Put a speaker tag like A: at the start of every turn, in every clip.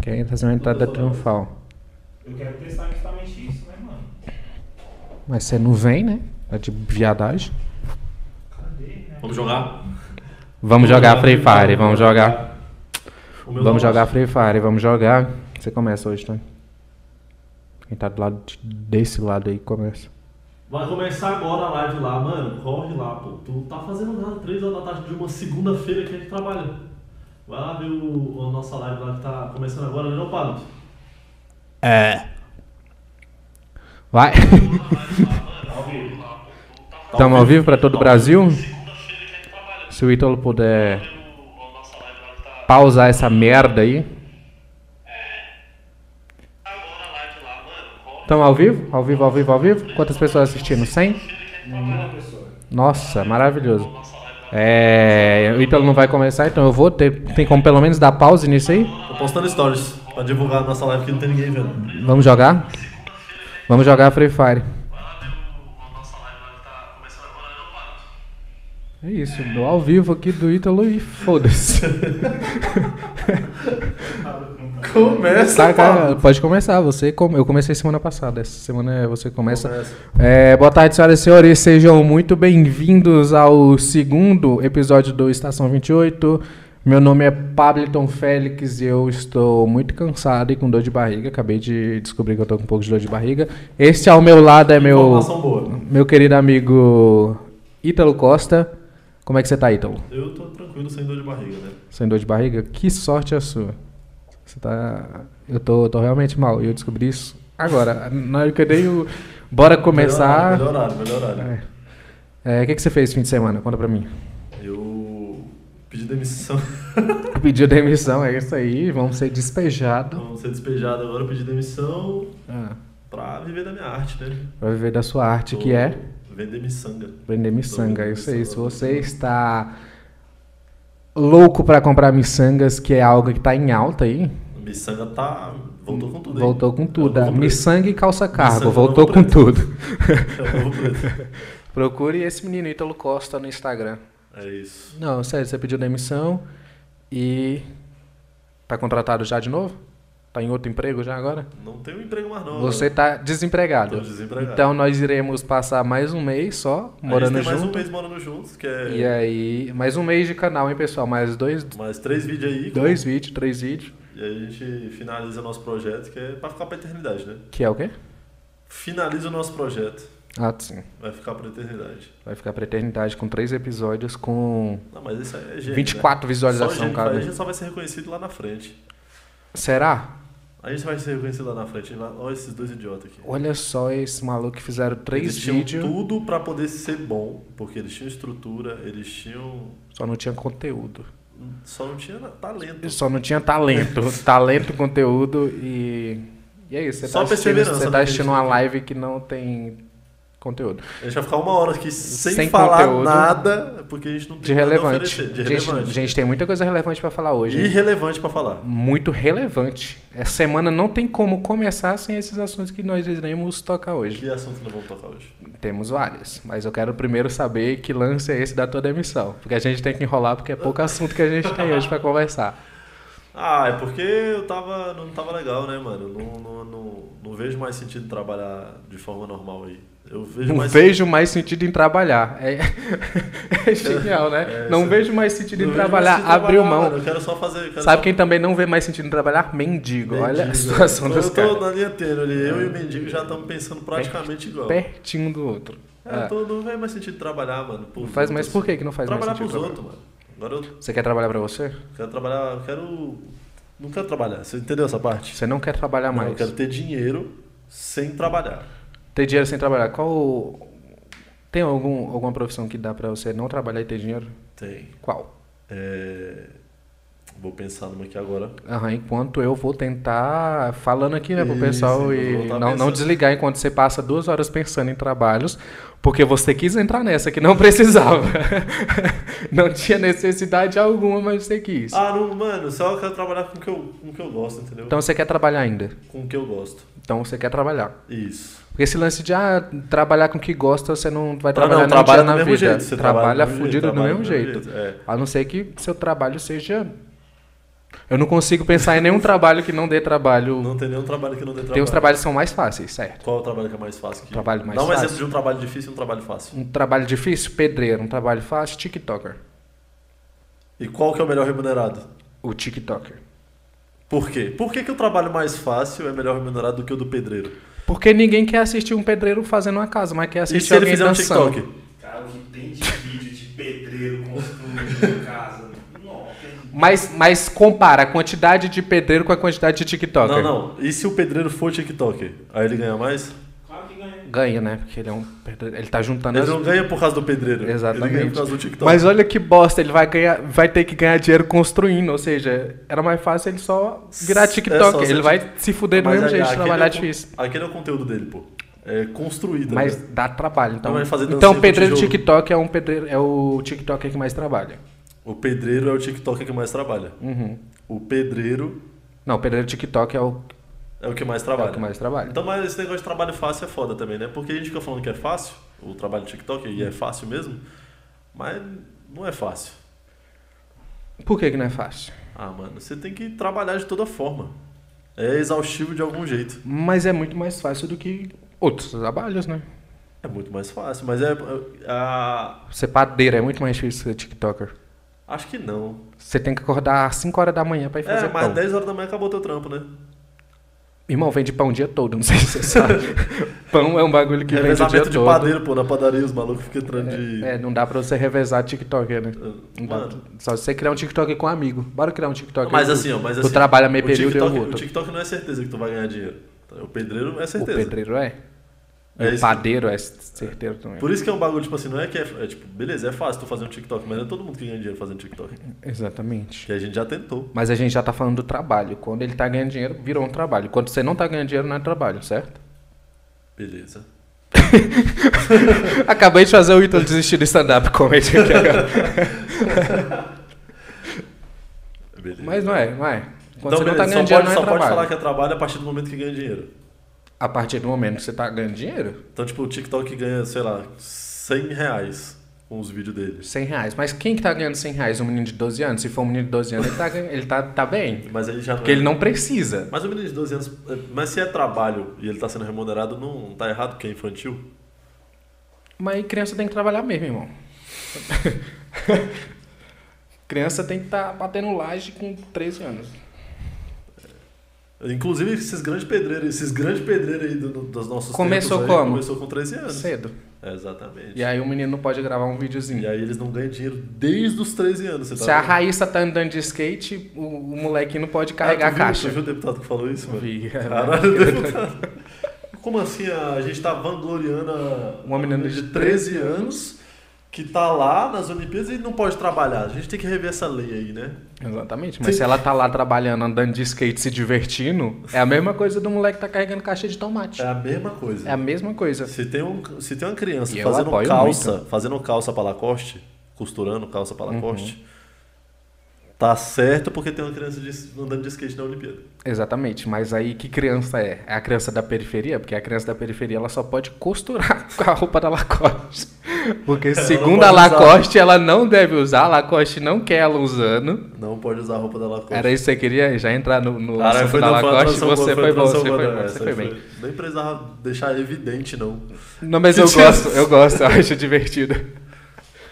A: Quer fazer uma entrada tá triunfal.
B: Eu quero testar justamente isso, né, mano?
A: Mas você não vem, né? Tá de viadagem.
B: Cadê, né?
C: Vamos jogar?
A: Vamos jogar Free Fire, vamos jogar.
C: O meu
A: Vamos
C: não-
A: jogar Free Fire, vamos jogar. Você começa hoje, tá? Quem tá do lado de- desse lado aí começa.
C: Vai começar agora a live lá, mano. Corre lá, pô. Tu não tá fazendo nada, 3 horas da tarde de uma segunda-feira que a gente trabalha. Vai lá ver o, a nossa live lá que tá começando agora, né, não, Pablo?
A: Vai!
B: Tá
A: Estamos ao vivo para todo o Brasil. Se o Ítalo puder pausar essa merda aí. Estamos ao vivo? Ao vivo, ao vivo, ao vivo? Quantas pessoas assistindo? 100? Nossa, maravilhoso. É, o Ítalo não vai começar, então eu vou. Ter, tem como pelo menos dar pause nisso aí?
C: Tô postando stories pra divulgar a nossa live que não tem ninguém vendo.
A: Vamos jogar? Vamos jogar Free Fire. É isso, do ao vivo aqui do Ítalo e foda-se.
C: Começa,
A: Tá, cara, pode começar, você come- eu comecei semana passada, essa semana é você começa.
C: Começa.
A: É, boa tarde, senhoras e senhores, sejam muito bem-vindos ao segundo episódio do Estação 28. Meu nome é Pableton Félix e eu estou muito cansado e com dor de barriga, acabei de descobrir que eu tô com um pouco de dor de barriga. Este ao meu lado é meu,
C: Informação boa.
A: meu querido amigo Ítalo Costa. Como é que você tá, Ítalo?
C: Eu tô tranquilo sem dor de barriga, né?
A: Sem dor de barriga? Que sorte a sua. Você tá. Eu tô, tô realmente mal. E eu descobri isso agora. Na hora que eu dei o. Bora começar.
C: Melhor horário, melhor horário. Melhor horário.
A: É, o que, que você fez esse fim de semana? Conta pra mim.
C: Eu pedi demissão.
A: Pediu demissão, é isso aí. Vamos ser despejados
C: Então, ser despejado agora, eu pedi demissão
A: ah,
C: pra viver da minha arte, né?
A: pra viver da sua arte,
C: Tô
A: que é
C: Vender miçanga.
A: vender miçanga. É isso aí. Se
C: Tô vendo
A: você
C: miçanga.
A: está louco pra comprar miçangas, que é algo que tá em alta aí,
C: A Miçanga tá. Voltou com tudo, hein?
A: voltou com tudo.
C: É o
A: Ah,
C: novo preço.
A: Miçanga e calça cargo,
C: Miçanga
A: voltou
C: não
A: com
C: compra.
A: tudo.
C: É o novo preço.
A: Procure esse menino Ítalo Costa no Instagram.
C: É isso.
A: Não, sério, você pediu demissão e. Tá contratado já de novo? Tá em outro emprego já agora?
C: Não tem um emprego mais, não.
A: Você tá desempregado.
C: Tô desempregado.
A: Então nós iremos passar mais um mês só morando
C: A gente tem
A: junto.
C: mais um mês morando juntos, que é.
A: E aí, mais um mês de canal, hein, pessoal? Mais dois,
C: Mais três vídeos aí.
A: dois vídeos, três vídeos.
C: E aí a gente finaliza nosso projeto, que é pra ficar pra eternidade, né?
A: Que é o quê?
C: Finaliza o nosso projeto.
A: Ah, sim.
C: Vai ficar pra eternidade.
A: Vai ficar pra eternidade com três episódios com
C: Não, mas isso aí é gênio.
A: 24
C: né?
A: visualizações
C: Só gênio, A
A: cada.
C: gente só vai ser reconhecido lá na frente.
A: Será?
C: A gente vai ser reconhecido lá na frente. Lá- Olha esses dois idiotas aqui.
A: Olha só esse maluco que fizeram três
C: eles tinham
A: vídeos,
C: tudo pra poder ser bom, porque eles tinham estrutura, eles tinham.
A: só não tinha conteúdo.
C: Só não tinha talento.
A: Só não tinha talento. talento, conteúdo e. E é isso. Você
C: Só
A: tá assistindo,
C: perseverança,
A: você
C: né,
A: tá
C: que
A: assistindo
C: a gente
A: uma
C: tem.
A: live que não tem conteúdo.
C: A gente vai ficar uma hora aqui sem,
A: Sem
C: falar
A: conteúdo.
C: nada, porque a gente não tem
A: De
C: nada a
A: relevante.
C: oferecer, De
A: Gente,
C: relevante.
A: gente, tem muita coisa relevante pra falar hoje. hein?
C: Irrelevante pra falar.
A: Muito relevante. Essa semana não tem como começar sem esses assuntos que nós iremos tocar hoje.
C: Que assunto nós vamos tocar hoje?
A: Temos vários, mas eu quero primeiro saber que lance é esse da tua demissão. Porque a gente tem que enrolar, porque é pouco assunto que a gente tem hoje pra conversar.
C: Ah, é porque eu tava. não tava legal, né, mano? Eu Não, não, não, não vejo mais sentido trabalhar de forma normal aí. Eu vejo
A: Não
C: mais
A: vejo mais sentido em trabalhar. É, é genial, né?
C: É,
A: não
C: sim.
A: vejo mais sentido
C: não
A: em
C: vejo mais
A: trabalhar.
C: sentido em
A: Abriu
C: trabalhar,
A: mão.
C: mano. Eu quero só fazer. eu quero
A: Sabe
C: só-
A: quem também não vê mais sentido em trabalhar? Mendigo. Olha a
C: Mendigo,
A: situação
C: eu tô-
A: dos
C: Eu
A: caras. É.
C: tô na linha tênue ali. Eu e o mendigo já estamos pensando praticamente igual.
A: Pertinho do outro.
C: É,
A: É.
C: eu tô, não faz mais sentido trabalhar, mano.
A: Não faz mais por que que não faz mais
C: trabalhar
A: sentido?
C: Trabalhar
A: trabalhar?
C: pros outros, mano. Agora eu
A: Você quer trabalhar pra você?
C: quero trabalhar, eu quero... Não quero trabalhar, você entendeu essa parte?
A: Você não quer trabalhar
C: Não,
A: mais.
C: eu quero ter dinheiro sem trabalhar.
A: Ter dinheiro sem trabalhar. Qual. o- Tem algum, alguma profissão que dá pra você não trabalhar e ter dinheiro?
C: Tem.
A: Qual?
C: É, Vou pensar numa aqui agora.
A: Aham, enquanto eu vou tentar falando aqui, né, pro
C: Isso,
A: pessoal
C: eu vou
A: e
C: voltar
A: não, não
C: pensando.
A: desligar enquanto você passa duas horas pensando em trabalhos, porque você quis entrar nessa que não precisava. não tinha necessidade alguma, mas você quis.
C: Ah, não, mano, só eu quero trabalhar com o que eu, com o que eu gosto, entendeu?
A: Então você quer trabalhar ainda.
C: Com o que eu gosto.
A: Então você quer trabalhar.
C: Isso. Ah,
A: Porque esse lance de ah, trabalhar com o que gosta, você não vai trabalhar
C: não,
A: nem um dia
C: trabalha do
A: na
C: mesmo
A: vida.
C: jeito. Você
A: trabalha
C: do mesmo
A: fudido
C: jeito, É.
A: do
C: trabalha
A: mesmo jeito.
C: É.
A: A não ser que seu trabalho seja Eu não consigo pensar em nenhum trabalho que não dê trabalho.
C: Não tem nenhum trabalho que não dê trabalho.
A: Tem uns trabalhos que são mais fáceis, certo?
C: Qual é o trabalho que é mais fácil? Que...
A: Trabalho mais
C: Dá um
A: fácil.
C: exemplo de um trabalho difícil e um trabalho fácil.
A: Um trabalho difícil, pedreiro. Um trabalho fácil, TikToker.
C: E qual que é o melhor remunerado?
A: O TikToker.
C: Por quê? Por que, que o trabalho mais fácil é melhor remunerado do que o do pedreiro?
A: Porque ninguém quer assistir um pedreiro fazendo uma casa, mas quer
C: E
A: assistir
C: se ele
A: alguém
C: fizer um
A: dançando.
C: TikTok?
B: Cara, o que tem de vídeo de pedreiro construindo casa? Nossa,
A: Mas, mas compara a quantidade de pedreiro com a quantidade de TikToker.
C: Não, não. E se o pedreiro for TikToker? Aí ele ganha mais?
B: claro que ganha.
A: Ganha, né? Porque ele é um pedreiro. Ele tá juntando
C: Ele
A: as...
C: não ganha por causa do pedreiro.
A: Exatamente.
C: Ele ganha por causa do TikTok.
A: Mas olha que bosta, ele vai, ganhar, vai ter que ganhar dinheiro construindo, ou seja, era mais fácil ele só virar
C: É, só
A: TikTok.
C: ser tipo-
A: ele vai se fuder do
C: Mas
A: mesmo
C: aí,
A: jeito,
C: aquele
A: trabalhar
C: é o con-
A: difícil.
C: Aquele é o conteúdo dele, pô. É construído.
A: Mas
C: né?
A: dá trabalho, então.
C: Não, mas fazer dancinha
A: então,
C: com
A: o pedreiro
C: tijolo.
A: TikTok é um pedreiro, é o TikToker que mais trabalha.
C: O pedreiro é o TikToker que mais trabalha.
A: Uhum.
C: O pedreiro
A: Não, o pedreiro TikTok é o,
C: é o que mais
A: é
C: trabalha.
A: o que mais trabalha.
C: Então, mas esse negócio de trabalho fácil é foda também, né? Porque a gente fica falando que é fácil, o trabalho do TikTok, e é fácil mesmo, mas não é fácil.
A: Por que que não é fácil?
C: Ah, mano, você tem que trabalhar de toda forma. É exaustivo de algum jeito.
A: Mas é muito mais fácil do que outros trabalhos, né?
C: É muito mais fácil, mas é. ah,
A: Ser padeiro é muito mais difícil ser TikToker.
C: acho que não.
A: Você tem que acordar às 5 horas da manhã pra ir fazer
C: É, mas
A: pão.
C: 10 horas da manhã acabou teu trampo, né?
A: Irmão, vende pão o dia todo, não sei se você sabe. pão é um bagulho que vende o dia
C: Revezamento de
A: todo.
C: padeiro, pô, na padaria os malucos ficam entrando de.
A: É, não dá pra você revezar TikToker, né? Não dá.
C: Mano,
A: Só se você criar um TikToker com um amigo. Bora criar um TikToker.
C: mas
A: Tu-
C: assim, ó, mas
A: Tu
C: assim.
A: trabalha meio
C: o
A: período e eu
C: TikTok, o
A: outro.
C: TikTok não é certeza que tu vai ganhar dinheiro. O pedreiro é
A: O
C: certeza.
A: pedreiro é.
C: É
A: E o
C: isso.
A: padeiro é certeiro também.
C: Por isso que é um bagulho, tipo assim, não é que é, é tipo, beleza, é fácil tu fazer um TikTok, mas não é todo mundo que ganha dinheiro fazendo TikTok.
A: Exatamente.
C: Que a gente já tentou.
A: Mas a gente já tá falando do trabalho. Quando ele tá ganhando dinheiro, virou um trabalho. Quando você não tá ganhando dinheiro, não é trabalho, certo?
C: Beleza.
A: Acabei de fazer o Ítalo desistir do stand-up comedy aqui agora.
C: Beleza.
A: Mas não é, não é. Quando
C: então,
A: você não
C: beleza,
A: tá ganhando
C: só
A: dinheiro, não é
C: pode, só pode
A: trabalho.
C: falar que é trabalho a partir do momento que ganha dinheiro.
A: A partir do momento que você tá ganhando dinheiro,
C: Então, tipo, o TikTok ganha, sei lá, 100 reais com os vídeos dele.
A: 100 reais. Mas quem que tá ganhando 100 reais? Um menino de 12 anos? Se for um menino de 12 anos, ele tá, ganha- ele tá, tá bem.
C: Mas ele já é
A: Porque ele não precisa.
C: Mas o menino de 12 anos. Mas se é trabalho e ele tá sendo remunerado, não tá errado porque é infantil?
A: Mas criança tem que trabalhar mesmo, irmão. criança tem que estar tá batendo laje com 13 anos.
C: Inclusive, esses grandes pedreiros, esses grandes pedreiros aí do, do, dos nossos
A: Começou
C: tempos aí,
A: como?
C: começou com 13 anos.
A: Cedo.
C: É, exatamente.
A: E aí o menino não pode gravar um
C: E
A: videozinho.
C: aí eles não ganham dinheiro desde os 13 anos. Você tá
A: Se a
C: vendo?
A: Raíssa tá andando de skate, o, o moleque não pode
C: Ah,
A: carregar
C: tu
A: a
C: viu-
A: caixa.
C: Tu viu o deputado que falou isso, mano?
A: Vi. é
C: Caralho, deputado. Como assim a gente tá vangloriando a-
A: Uma menina de
C: 13 anos que tá lá nas Olimpíadas e não pode trabalhar? A gente tem que rever essa lei aí, né?
A: Exatamente, mas se ela tá lá trabalhando, andando de skate, se divertindo, é a mesma coisa do moleque que tá carregando caixa de tomate.
C: É a mesma coisa.
A: É a mesma coisa.
C: Se tem, um, se tem uma criança
A: E eu
C: fazendo
A: apoio
C: calça, fazendo calça pra Lacoste, costurando calça
A: Uhum.
C: pra Lacoste, tá certo porque tem uma criança de- andando de skate na Olimpíada.
A: Exatamente, mas aí que criança é? É a criança da periferia? Porque a criança da periferia ela só pode costurar com a roupa da Lacoste. Porque
C: Ela não
A: segundo
C: pode
A: a
C: usar.
A: Lacoste, ela não deve usar, a Lacoste não quer ela usando.
C: Não pode usar a roupa da Lacoste.
A: Era isso que você queria? Já entrar no, no
C: Cara,
A: assunto
C: foi
A: da
C: não, foi uma
A: Lacoste?
C: transição boa,
A: Você
C: uma
A: foi bom, você
C: transição
A: foi
C: boa,
A: bom,
C: essa
A: você foi bem.
C: foi- Nem precisava deixar evidente, não.
A: Não, mas eu
C: Que tinha-
A: gosto, eu gosto, eu acho divertido.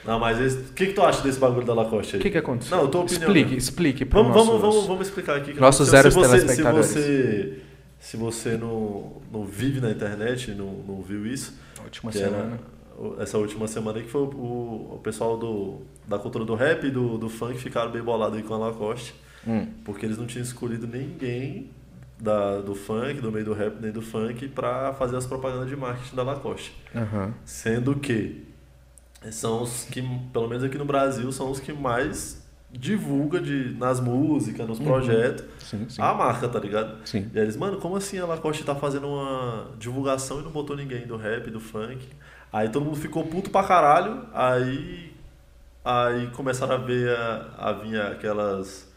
C: Não, mas esse- o que, que tu acha desse bagulho da Lacoste aí?
A: O que que aconteceu?
C: Não, tua opinião.
A: Explique,
C: né?
A: explique um pro
C: Vamos, vamos,
A: nossos-
C: vamos, vamos explicar aqui. que
A: Nossos
C: aconteceu.
A: zeros
C: se você,
A: telespectadores.
C: se você, se você não, não vive na internet, não, não viu isso,
A: Última
C: que
A: semana.
C: era o- essa última semana aí que foi o, o- o pessoal do, da cultura do rap e do, do funk ficaram bem bolados aí com a Lacoste,
A: Hum.
C: porque eles não tinham escolhido ninguém da, do funk, do meio do rap, nem do funk, pra fazer as propagandas de marketing da Lacoste.
A: Aham.
C: Sendo que são os que, pelo menos aqui no Brasil, são os que mais divulga de, nas músicas, nos projetos,
A: Sim, sim.
C: a marca, tá ligado?
A: Sim.
C: E aí eles, mano, como assim a Lacoste tá fazendo uma divulgação e não botou ninguém do rap, do funk? Aí todo mundo ficou puto pra caralho, aí, aí começaram a ver a, a vir aquelas...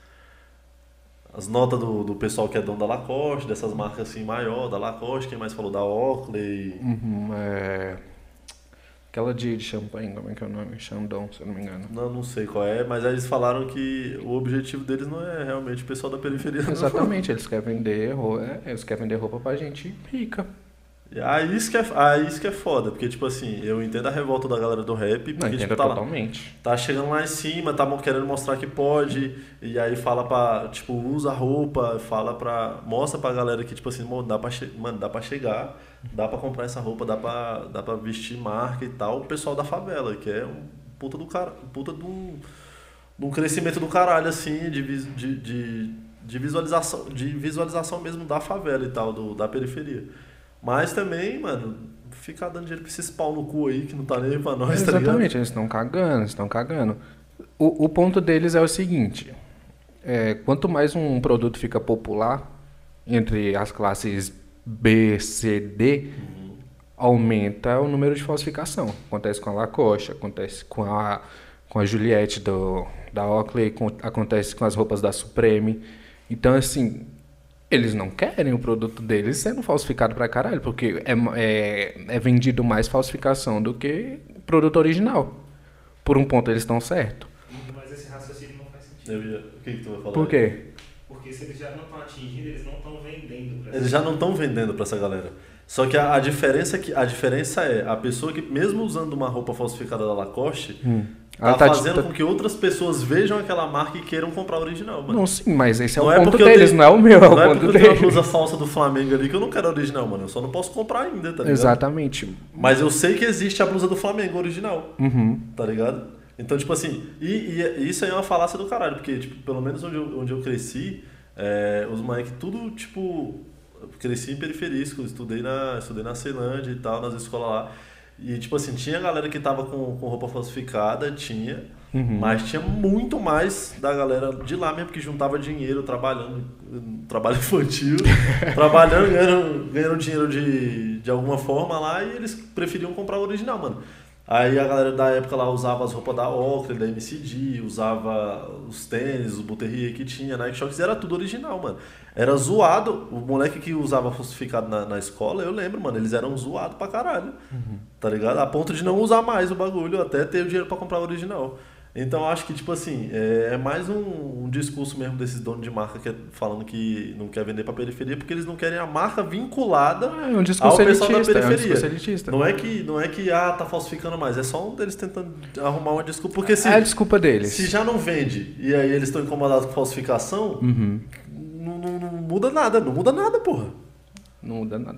C: As notas do, do pessoal que é dono da Lacoste, dessas marcas assim maior, da Lacoste, quem mais falou da Oakley,
A: Uhum, é... Aquela de, de champanhe, como é que é o nome? Xandão, se eu não me engano.
C: Não, não sei qual é, mas aí eles falaram que o objetivo deles não é realmente o pessoal da periferia. não.
A: Exatamente, eles querem vender roupa, eles querem vender roupa pra gente rica.
C: E Aí isso, que é, aí isso que é foda, porque, tipo assim, eu entendo a revolta da galera do rap,
A: Não,
C: porque,
A: entenda
C: tipo, tá, lá,
A: totalmente.
C: tá chegando lá em cima, tá mo- querendo mostrar que pode, e aí fala pra, tipo, usa a roupa, fala pra, mostra pra galera que, tipo assim, "Mô, dá pra, che- mano, dá pra chegar, dá pra comprar essa roupa, dá pra, dá pra vestir marca e tal, o pessoal da favela, que é um puta do cara, puta de um, de um crescimento do caralho, assim, de, vis- de, de, de visualização, de visualização mesmo da favela e tal, do, da periferia. Mas também, mano, ficar dando dinheiro pra esses pau no cu aí que não tá nem aí pra nós, tá ligado?
A: Exatamente, eles estão cagando, eles estão cagando. O, o ponto deles é o seguinte: é, quanto mais um produto fica popular entre as classes B, C, D, aumenta o número de falsificação. Acontece com a Lacoste, acontece com a, com a Juliette do, da Oakley, com- acontece com as roupas da Supreme. Então, assim, eles não querem o produto deles sendo falsificado pra caralho, porque é, ma- é, é vendido mais falsificação do que produto original. Por um ponto, eles estão certo.
B: Mas esse raciocínio não faz sentido.
C: Eu ia... O que, que tu vai falar?
A: Por quê?
B: Porque se eles já não estão atingindo, eles não estão vendendo pra
C: Eles já não estão vendendo pra essa galera. Só que a, a diferença é que a diferença é a pessoa que mesmo usando uma roupa falsificada da Lacoste, tá,
A: Ela tá-
C: fazendo
A: tá-
C: com que outras pessoas vejam aquela marca e queiram comprar a original, mano.
A: Não, sim, mas esse é
C: Não
A: o
C: é
A: ponto
C: porque eu
A: deles,
C: tenho-
A: não é o meu, é o
C: não é
A: ponto
C: porque eu tenho uma
A: deles.
C: blusa falsa do Flamengo ali que eu não quero a original, mano. Eu só não posso comprar ainda, tá ligado?
A: Exatamente.
C: Mas eu sei que existe a blusa do Flamengo original.
A: Uhum.
C: tá ligado? Então, tipo assim, e, e- e isso aí é uma falácia do caralho, porque, tipo, pelo menos onde eu, onde eu cresci, é, os moleques tudo, tipo, eu cresci em periferia, escu- estudei na, estudei na Ceilândia e tal, nas escolas lá. E, tipo assim, tinha galera que tava com, com roupa falsificada, tinha, mas tinha muito mais da galera de lá mesmo, que juntava dinheiro trabalhando, hum, trabalho infantil, trabalhando, ganhando, ganhando dinheiro de, de alguma forma lá, e eles preferiam comprar o original, mano. Aí a galera da época lá usava as roupas da Oakley, da MCD, usava os tênis, os buterrier que tinha, Nike Shox, e era tudo original, mano. Era zoado, o moleque que usava falsificado na, na escola, eu lembro, mano, eles eram zoados pra caralho, tá ligado? A ponto de não usar mais o bagulho, até ter o dinheiro pra comprar o original. Então eu acho que, tipo assim, é, é mais um, um discurso mesmo desses donos de marca que é- falando que não quer vender pra periferia, porque eles não querem a marca vinculada
A: É um discurso
C: ao Ah, pessoal
A: elitista,
C: da
A: é um
C: periferia.
A: discurso elitista.
C: não é que, não é que ah, tá falsificando mais, é só um deles tentando arrumar uma desculpa. Porque se,
A: É a desculpa deles.
C: se já não vende e aí eles estão incomodados com falsificação,
A: Uhum.
C: não, não- não muda nada, não muda nada, porra.
A: Não muda nada.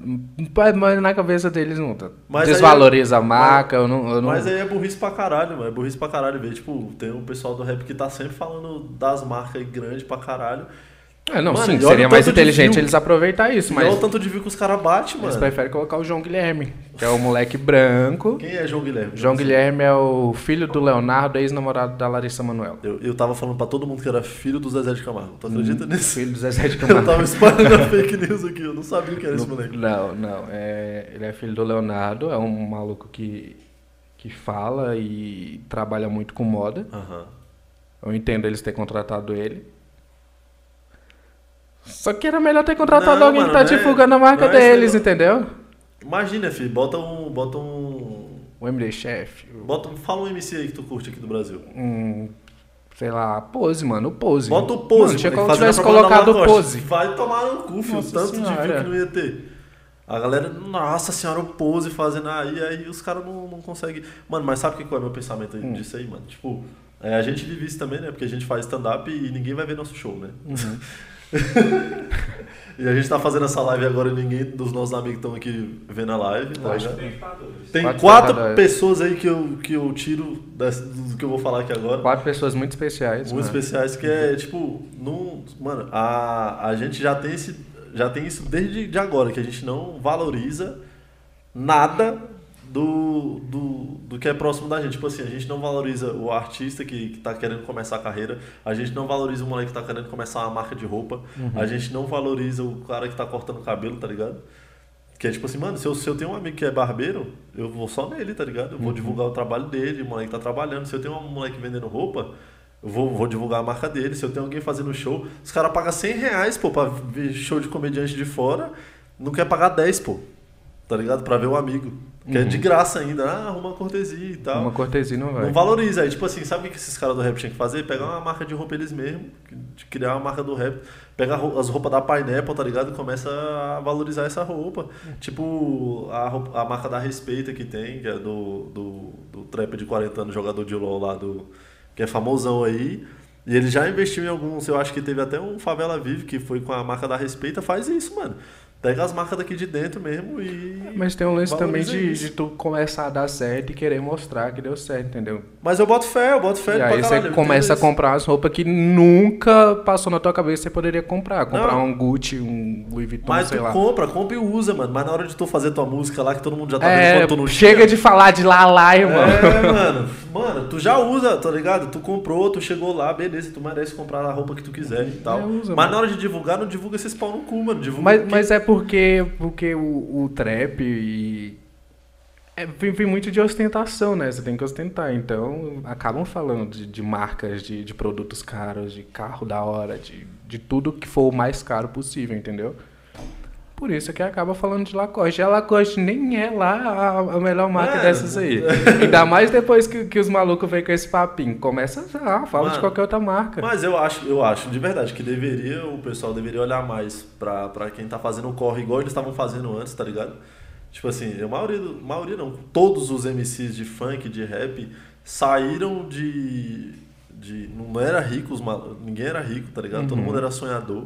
A: Mas- Mas na cabeça deles não tá.
C: Mas aí-
A: Desvaloriza a marca, eu não. Eu não...
C: Mas aí é burrice pra caralho, mano. É burrice pra caralho ver. Tipo, tem o pessoal do rap que tá sempre falando das marcas grandes pra caralho.
A: É, não,
C: Mano, e
A: sim,
C: olha
A: seria
C: o
A: mais
C: tanto de
A: inteligente
C: view.
A: eles aproveitar isso,
C: Mas...
A: mas
C: Olha o tanto de vídeo que os caras batem,
A: eles
C: mano.
A: preferem colocar o João Guilherme, que é o moleque branco.
C: Quem é João Guilherme?
A: João Guilherme é o filho do Leonardo, ex-namorado da Larissa Manoel.
C: Eu, eu tava falando pra todo mundo que era filho do Zezé de Camargo. Tu acredita nisso?
A: Hum, Filho do Zezé de
C: Eu
A: Camargo.
C: tava espalhando a fake news aqui. Eu não sabia que era esse moleque.
A: Não, não. é- ele é filho do Leonardo, é um maluco que, que fala e trabalha muito com moda.
C: Aham.
A: Eu entendo eles ter contratado ele. Só que era melhor ter contratado
C: Não,
A: alguém
C: mano,
A: que tá
C: não é-
A: divulgando a marca
C: não é esse
A: deles,
C: negócio.
A: entendeu?
C: Imagina, filho. Bota um... Bota um...
A: O MD Chef, o-
C: Bota um... Fala um MC aí que tu curte aqui do Brasil.
A: um, sei lá, Pose, mano, o Pose.
C: Bota o pose.
A: Mano, tinha
C: moleque,
A: como
C: fazendo a
A: tivesse
C: propaganda
A: colocado
C: da
A: o
C: Lacoste.
A: Pose.
C: Vai tomar no cu, filho.
A: Nossa
C: Tanto de
A: senhora.
C: vídeo que não ia ter. A galera, nossa senhora, o pose fazendo aí, aí os caras não, não conseguem. Mano, mas sabe o que qual é meu pensamento
A: Hum.
C: disso aí, mano? Tipo, é, a gente vive isso também, né? Porque a gente faz stand-up e ninguém vai ver nosso show, né?
A: Uhum.
C: e a gente tá fazendo essa live agora e ninguém dos nossos amigos estão aqui vendo a live. tá
A: Lógico.
C: ligado?
B: espectadores.
C: Tem
A: Quatro
C: quatro
A: espectadores.
C: pessoas aí que eu, que eu tiro dessa- do que eu vou falar aqui agora.
A: Quatro né? pessoas muito especiais,
C: Muito
A: mano.
C: especiais que é, tipo, não. Mano, a, a gente já tem esse. Já tem isso desde de agora, que a gente não valoriza nada do, do, do que é próximo da gente. Tipo assim, a gente não valoriza o artista que, que tá querendo começar a carreira, a gente não valoriza o moleque que tá querendo começar uma marca de roupa,
A: Uhum.
C: a gente não valoriza o cara que tá cortando o cabelo, tá ligado? Que é tipo assim, mano, se eu, se eu tenho um amigo que é barbeiro, eu vou só nele, tá ligado? Eu vou divulgar o trabalho dele, o moleque tá trabalhando. Se eu tenho um moleque vendendo roupa, eu vou, vou divulgar a marca dele. Se eu tenho alguém fazendo show, os caras pagam 100 reais, pô, pra ver show de comediante de fora, não quer pagar 10, pô. tá ligado? Pra ver um amigo. Que é de graça ainda. Ah, arruma uma cortesia e tal.
A: Uma cortesia não vai.
C: Não valoriza. Aí, tipo assim, sabe o que esses caras do rap tinham que fazer? Pegar uma marca de roupa eles mesmos, de criar uma marca do rap, pegar ro- as roupas da Pineapple, tá ligado? E começa a valorizar essa roupa. Tipo, a, roupa- a marca da Respeita que tem, que é do, do, do trap de 40 anos, jogador de LOL lá do. que é famosão aí. E ele já investiu em alguns, eu acho que teve até um Favela Vive, que foi com a marca da Respeita, faz isso, mano. Pega as marcas daqui de dentro mesmo e.
A: Mas tem um lance também
C: valoriza
A: de,
C: isso.
A: de tu começar a dar certo e querer mostrar que deu certo, entendeu?
C: Mas eu boto fé, eu boto
A: e
C: fé pra
A: aí
C: caralho,
A: você
C: eu
A: começa a
C: entendo isso.
A: comprar as roupas que nunca passou na tua cabeça que você poderia comprar. Comprar
C: Não.
A: um Gucci, um Louis Vuitton,
C: Mas
A: sei
C: tu
A: lá.
C: compra, compra e usa, mano. Mas na hora de tu fazer tua música lá, que todo mundo já tá vendo
A: É,
C: quanto tu não
A: chega de falar de lá lá, irmão.
C: É, mano. Mano, tu já usa, tá ligado? Tu comprou, tu chegou lá, beleza, tu merece comprar a roupa que tu quiser e tal.
A: É, usa,
C: mas
A: mano.
C: na hora de divulgar, não divulga esses pau no cu, mano. Divulga
A: Mas,
C: o que-
A: mas é porque, porque o, o trap e. É, vem, vem muito de ostentação, né? Você tem que ostentar. Então, acabam falando de, de marcas, de, de produtos caros, de carro da hora, de, de tudo que for o mais caro possível, entendeu? Por isso que acaba falando de Lacoste. E a Lacoste nem é lá a, a melhor marca
C: É.
A: dessas aí. Ainda mais depois que, que os malucos vêm com esse papinho. Começa, ah, fala de
C: Mano,
A: qualquer outra marca.
C: Mas eu acho, eu acho, de verdade, que deveria, o pessoal deveria olhar mais pra, pra quem tá fazendo o corre igual eles estavam fazendo antes, tá ligado? Tipo assim, a maioria, do- maioria não, todos os MCs de funk, de rap, saíram de. de não era rico, os mal- ninguém era rico, tá ligado? Todo
A: Uhum.
C: mundo era sonhador.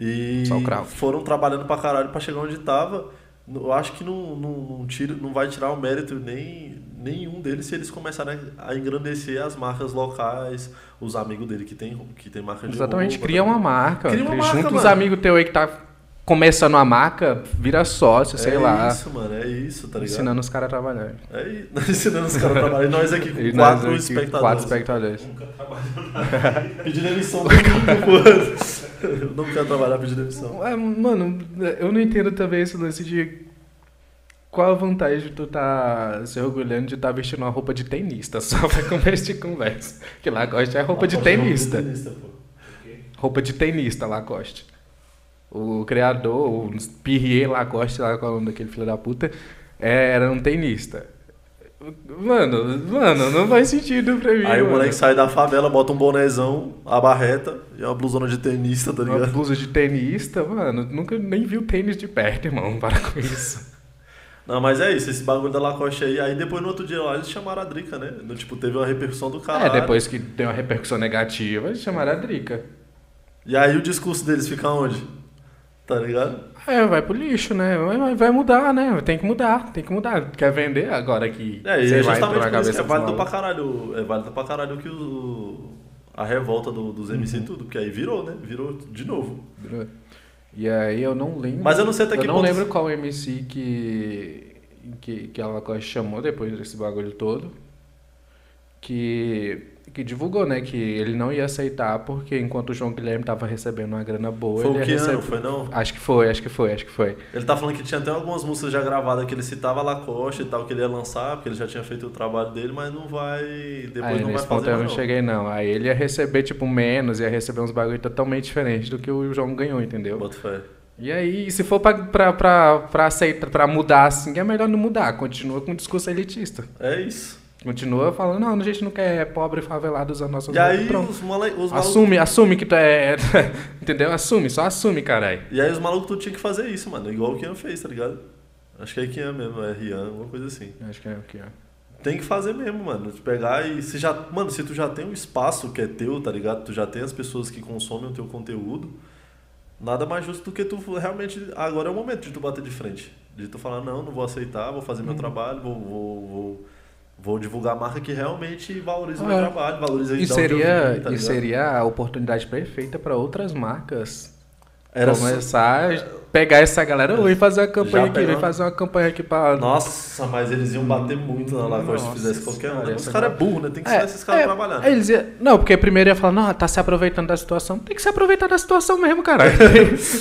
C: E
A: Só o Kraut.
C: foram trabalhando pra caralho pra chegar onde tava. Eu acho que não, não, não, tira, não vai tirar o mérito nem, nenhum deles se eles começarem a engrandecer as marcas locais, os amigos dele que tem, que tem marca de
A: Exatamente,
C: roupa,
A: cria
C: tá
A: uma
C: ligado?
A: marca.
C: Cria uma
A: Cria-
C: marca,
A: junta os
C: mano.
A: amigos teus aí que tá começando a marca, vira sócio, sei
C: é
A: lá.
C: isso, mano, é isso, tá ligado?
A: ensinando os caras a trabalhar.
C: É isso, ensinando os caras a trabalhar. E nós aqui com
A: E nós
C: quatro
A: aqui,
C: espectadores.
A: Quatro espectadores.
B: Nunca trabalhou
C: Pedindo emissão do mundo, pô. Não quero trabalhar pedindo emissão.
A: É, mano, eu não entendo também esse lance de. Qual a vantagem de tu tá se orgulhando de estar vestindo uma roupa de tenista? Só pra começo de conversa. Que Lacoste é roupa de tenista.
C: pô.
B: o quê?
A: Roupa de tenista, Lacoste. O criador, o Pierre Lacoste, lá com o nome daquele filho da puta, é, era um tenista. Mano, mano, não faz sentido pra mim.
C: Aí o
A: mano.
C: moleque sai da favela, bota um bonézão, a barreta e uma blusona de tenista, tá
A: Uma
C: ligado?
A: blusa de tenista, mano, nunca nem vi o tênis de perto, irmão. Para com isso.
C: Não, mas é isso, esse bagulho da Lacoste aí. Aí depois no outro dia lá eles chamaram a Drica, né? No, tipo, teve uma repercussão do caralho.
A: É, depois que tem uma repercussão negativa, eles chamaram a Drica.
C: E aí o discurso deles fica onde? Tá ligado?
A: É, vai pro lixo, né? Vai, vai mudar, né? Tem que mudar, tem que mudar. Quer vender agora que
C: É, e
A: você
C: é
A: vai entrar
C: justamente
A: na
C: por isso
A: cabeça
C: que é
A: dos
C: válido pra
A: malucos.
C: caralho. É válido pra caralho que o. A revolta do- dos
A: Uhum.
C: MC e tudo, porque aí virou, né? Virou de novo.
A: E aí eu não lembro.
C: Mas eu não sei até que
A: Eu não
C: ponto-
A: lembro qual MC que, que, que a Lacoste chamou depois desse bagulho todo. Que, que divulgou, né? Que ele não ia aceitar porque enquanto o João Guilherme tava recebendo uma grana boa,
C: foi
A: ele
C: o
A: ia
C: que ano?
A: receber-
C: Foi não?
A: Acho que foi, acho que foi, acho que foi.
C: Ele tá falando que tinha até algumas músicas já gravadas que ele citava a Lacoste e tal, que ele ia lançar, porque ele já tinha feito o trabalho dele, mas não vai. Depois
A: aí
C: não vai
A: nesse ponto
C: fazer.
A: eu
C: mais,
A: não cheguei, não. Aí ele ia receber, tipo, menos, ia receber uns bagulho totalmente diferente do que o João ganhou, entendeu?
C: Boto fé.
A: E aí, se for pra, pra, pra, pra aceitar, pra mudar assim, é melhor não mudar. Continua com o discurso elitista.
C: É isso.
A: Continua falando, não, a gente não quer pobre favelado usando nossas
C: E aí
A: Pronto.
C: os, male... os malucos.
A: Assume, assume que tu é. Entendeu? Assume, só assume, caralho.
C: E aí os malucos tu tinha que fazer isso, mano. Igual o Kian fez, tá ligado? Acho que é Kian mesmo, é Rian, alguma coisa assim.
A: Acho que é o que é.
C: Tem que fazer mesmo, mano. Tu pegar e se já, mano, se tu já tem um espaço que é teu, tá ligado? Tu já tem as pessoas que consomem o teu conteúdo. Nada mais justo do que tu realmente agora é o momento de tu bater de frente, de tu falar não, não vou aceitar, vou fazer meu
A: Uhum.
C: trabalho, vou vou, vou, vou divulgar a marca que realmente valoriza o meu
A: É.
C: trabalho, valoriza
A: E
C: da onde eu
A: seria,
C: vim, tá
A: e
C: ligado?
A: seria a oportunidade perfeita pra outras marcas
C: Era
A: é
C: só-
A: começar a pegar essa galera "Ui, fazer uma campanha aqui,
C: pegou.
A: vem fazer uma campanha aqui pra.
C: Nossa, mas eles iam bater muito na Lacoste se
A: Nossa
C: fizesse qualquer
A: senhora,
C: um. Os
A: essa é,
C: caras é
A: não-
C: burro, né? Tem que ensinar esses caras a trabalhar.
A: aí eles iam- não, porque primeiro ia falar, não, tá se aproveitando da situação. Tem que se aproveitar da situação mesmo, caralho.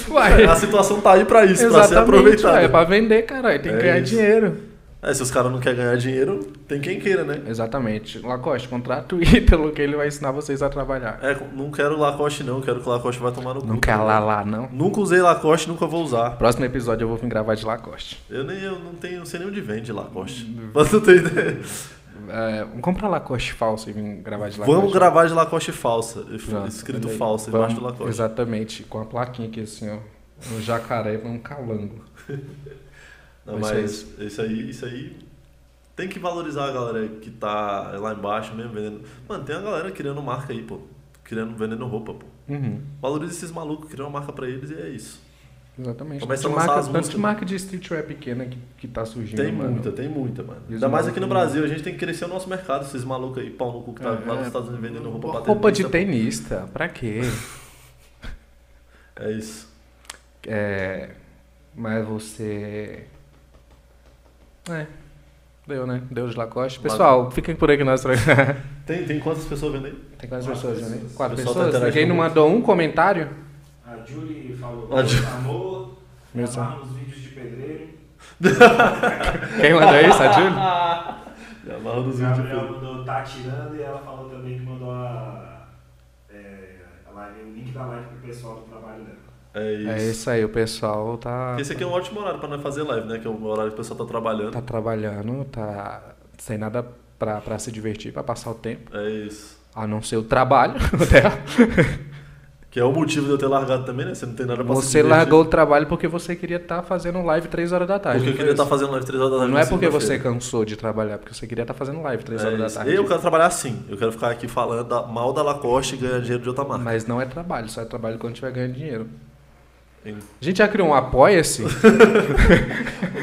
A: Uai.
C: A situação tá aí pra isso, pra ser
A: Exatamente, é,
C: aproveitada.
A: ué, É pra vender, caralho. Tem que
C: É
A: ganhar
C: isso.
A: dinheiro.
C: É, se os caras não querem ganhar dinheiro, tem quem queira, né?
A: Exatamente. Lacoste, contrata o Ítalo que ele vai ensinar vocês a trabalhar.
C: É, não quero Lacoste não, quero que Lacoste vá tomar no cu.
A: Não quer lá lá, não.
C: Nunca usei Lacoste, nunca vou usar.
A: Próximo episódio eu vou vir gravar de Lacoste.
C: Eu nem eu não tenho, não sei nem onde vende Lacoste. Mas não tenho ideia.
A: É, vamos comprar Lacoste falso e vir gravar de Lacoste.
C: Vamos gravar de Lacoste falsa,
A: Pronto,
C: escrito
A: olha aí.
C: falsa
A: Vamos-
C: embaixo do Lacoste.
A: Exatamente, com a plaquinha aqui assim, ó. Um jacaré pra um calango.
C: Não,
A: Vai ser
C: mas isso aí, isso aí tem que valorizar a galera que tá lá embaixo mesmo vendendo. Mano, tem uma galera criando marca aí, pô. Criando, vendendo roupa, pô.
A: Uhum.
C: Valoriza esses malucos, cria uma marca pra eles e é isso.
A: Exatamente.
C: Começa
A: Tanto
C: a lançar
A: marca-
C: as
A: tanto
C: músicas,
A: de marca de streetwear pequena que, que tá surgindo.
C: tem
A: mano.
C: muita, tem muita, mano.
A: E os
C: Ainda mais
A: malucos
C: aqui no
A: não-
C: Brasil, a gente tem que crescer o nosso mercado, esses malucos aí, pau no cu que tá lá
A: É,
C: nos Estados Unidos vendendo roupa pra
A: Roupa de
C: tenista,
A: tenista, pra quê?
C: pô. É isso.
A: É, mas você. É. Deu, né? Deu de Lacoste.
C: Mas-
A: Pessoal, fiquem por aí que nós. Tem
C: Tem, tem quantas pessoas vendo aí?
A: quantas
B: Quatro
A: pessoas, né?
B: pessoas.
A: Quatro
C: O pessoal tá
A: pessoas? Ninguém
C: interagindo
A: não
C: muito.
A: mandou um comentário?
B: A Julie falou,
C: A Ju-
B: amor,
A: Meu
B: gravar nos vídeos de pedreiro.
A: Quem mandou isso? A Júlia?
C: Já amarra
B: O
C: nos vídeos.
B: Gabriel
C: pô.
B: mandou, tá tirando, e ela falou também que mandou a, é, a live, o link da live pro pessoal do trabalho dela.
C: É isso.
A: É isso aí, o pessoal tá.
C: Esse aqui é um ótimo horário pra nós fazer live, né? Que é o horário que o pessoal tá trabalhando.
A: Tá trabalhando, tá sem nada pra, pra se divertir, pra passar o tempo.
C: É isso.
A: A não ser o trabalho né? dela.
C: Que é o motivo de eu ter largado também, né? Você não tem nada pra se
A: Você
C: divertir.
A: largou o trabalho porque você queria estar fazendo live 3 horas da tarde.
C: Porque eu
A: não
C: queria
A: foi
C: estar fazendo live 3 horas da
A: isso?
C: tarde.
A: Não
C: na
A: é porque você
C: segunda-feira.
A: cansou de trabalhar, porque você queria estar fazendo live 3 horas
C: É
A: da
C: isso.
A: tarde.
C: Eu quero trabalhar assim. Eu quero ficar aqui falando da- mal da Lacoste e ganhar dinheiro de outra marca.
A: Mas não é trabalho, só é trabalho quando tiver ganhando dinheiro.
C: Em-
A: A gente já criou um apoia-se,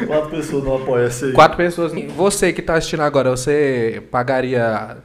C: Quatro pessoas não apoiam essa aí.
A: quatro pessoas. Você que tá assistindo agora, você pagaria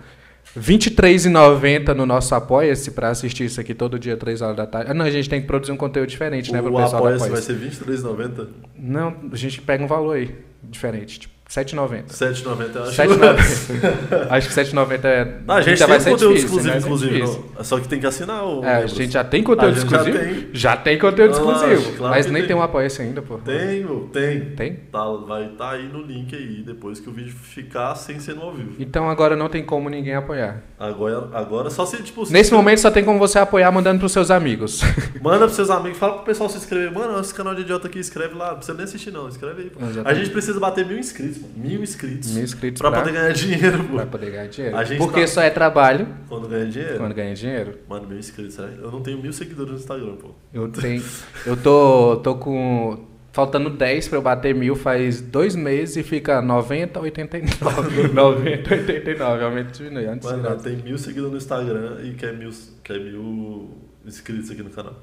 A: R$23,90 no nosso apoia-se pra assistir isso aqui todo dia, 3 horas da tarde. Ah, não, a gente tem que produzir um conteúdo diferente, né, pro
C: o
A: pessoal da
C: apoia vai
A: apoia-se.
C: ser R$23,90?
A: Não, a gente pega um valor aí, diferente, tipo R$7,90.
C: R$7,90 eu acho.
A: 7,90. Acho que 7,90 é.
C: Não, a gente
A: ainda
C: tem um conteúdo
A: difícil,
C: exclusivo,
A: né? Vai ser
C: inclusive.
A: difícil.
C: não. Só que tem que assinar o.
A: É, a
C: membros.
A: gente já tem conteúdo
C: A gente já
A: exclusivo?
C: tem.
A: Já tem conteúdo
C: Lógico,
A: exclusivo.
C: claro
A: mas
C: que
A: nem
C: tem.
A: tem um apoio ainda, pô.
C: Tem, meu, tem.
A: Tem?
C: Tá, vai estar aí no link aí, depois que o vídeo ficar sem ser no ao vivo.
A: Então agora não tem como ninguém apoiar.
C: Agora, agora só se, tipo, se-
A: Nesse momento só tem como você apoiar mandando pros seus amigos.
C: manda pros seus amigos, fala pro pessoal se inscrever. Mano, esse canal de idiota aqui, escreve lá. Não precisa nem assistir, não. Escreve aí, pô. A
A: Exatamente.
C: gente precisa bater mil inscritos, mano. Mil inscritos.
A: É, Mil inscritos
C: pra,
A: pra-
C: poder ganhar dinheiro, pô.
A: Pra poder ganhar dinheiro.
C: A gente
A: Porque
C: tá- É.
A: só é trabalho
C: Quando ganha dinheiro.
A: quando ganha dinheiro.
C: Mano, mil inscritos, será? Eu não tenho mil seguidores no Instagram, pô.
A: Eu tenho. Eu tô. tô com. Faltando 10 pra eu bater mil faz dois meses e fica 90, 89. 90, 89. Aumento e diminui. Antes
C: Mano, ela tem mil seguidores no Instagram e quer mil, quer mil inscritos aqui no canal.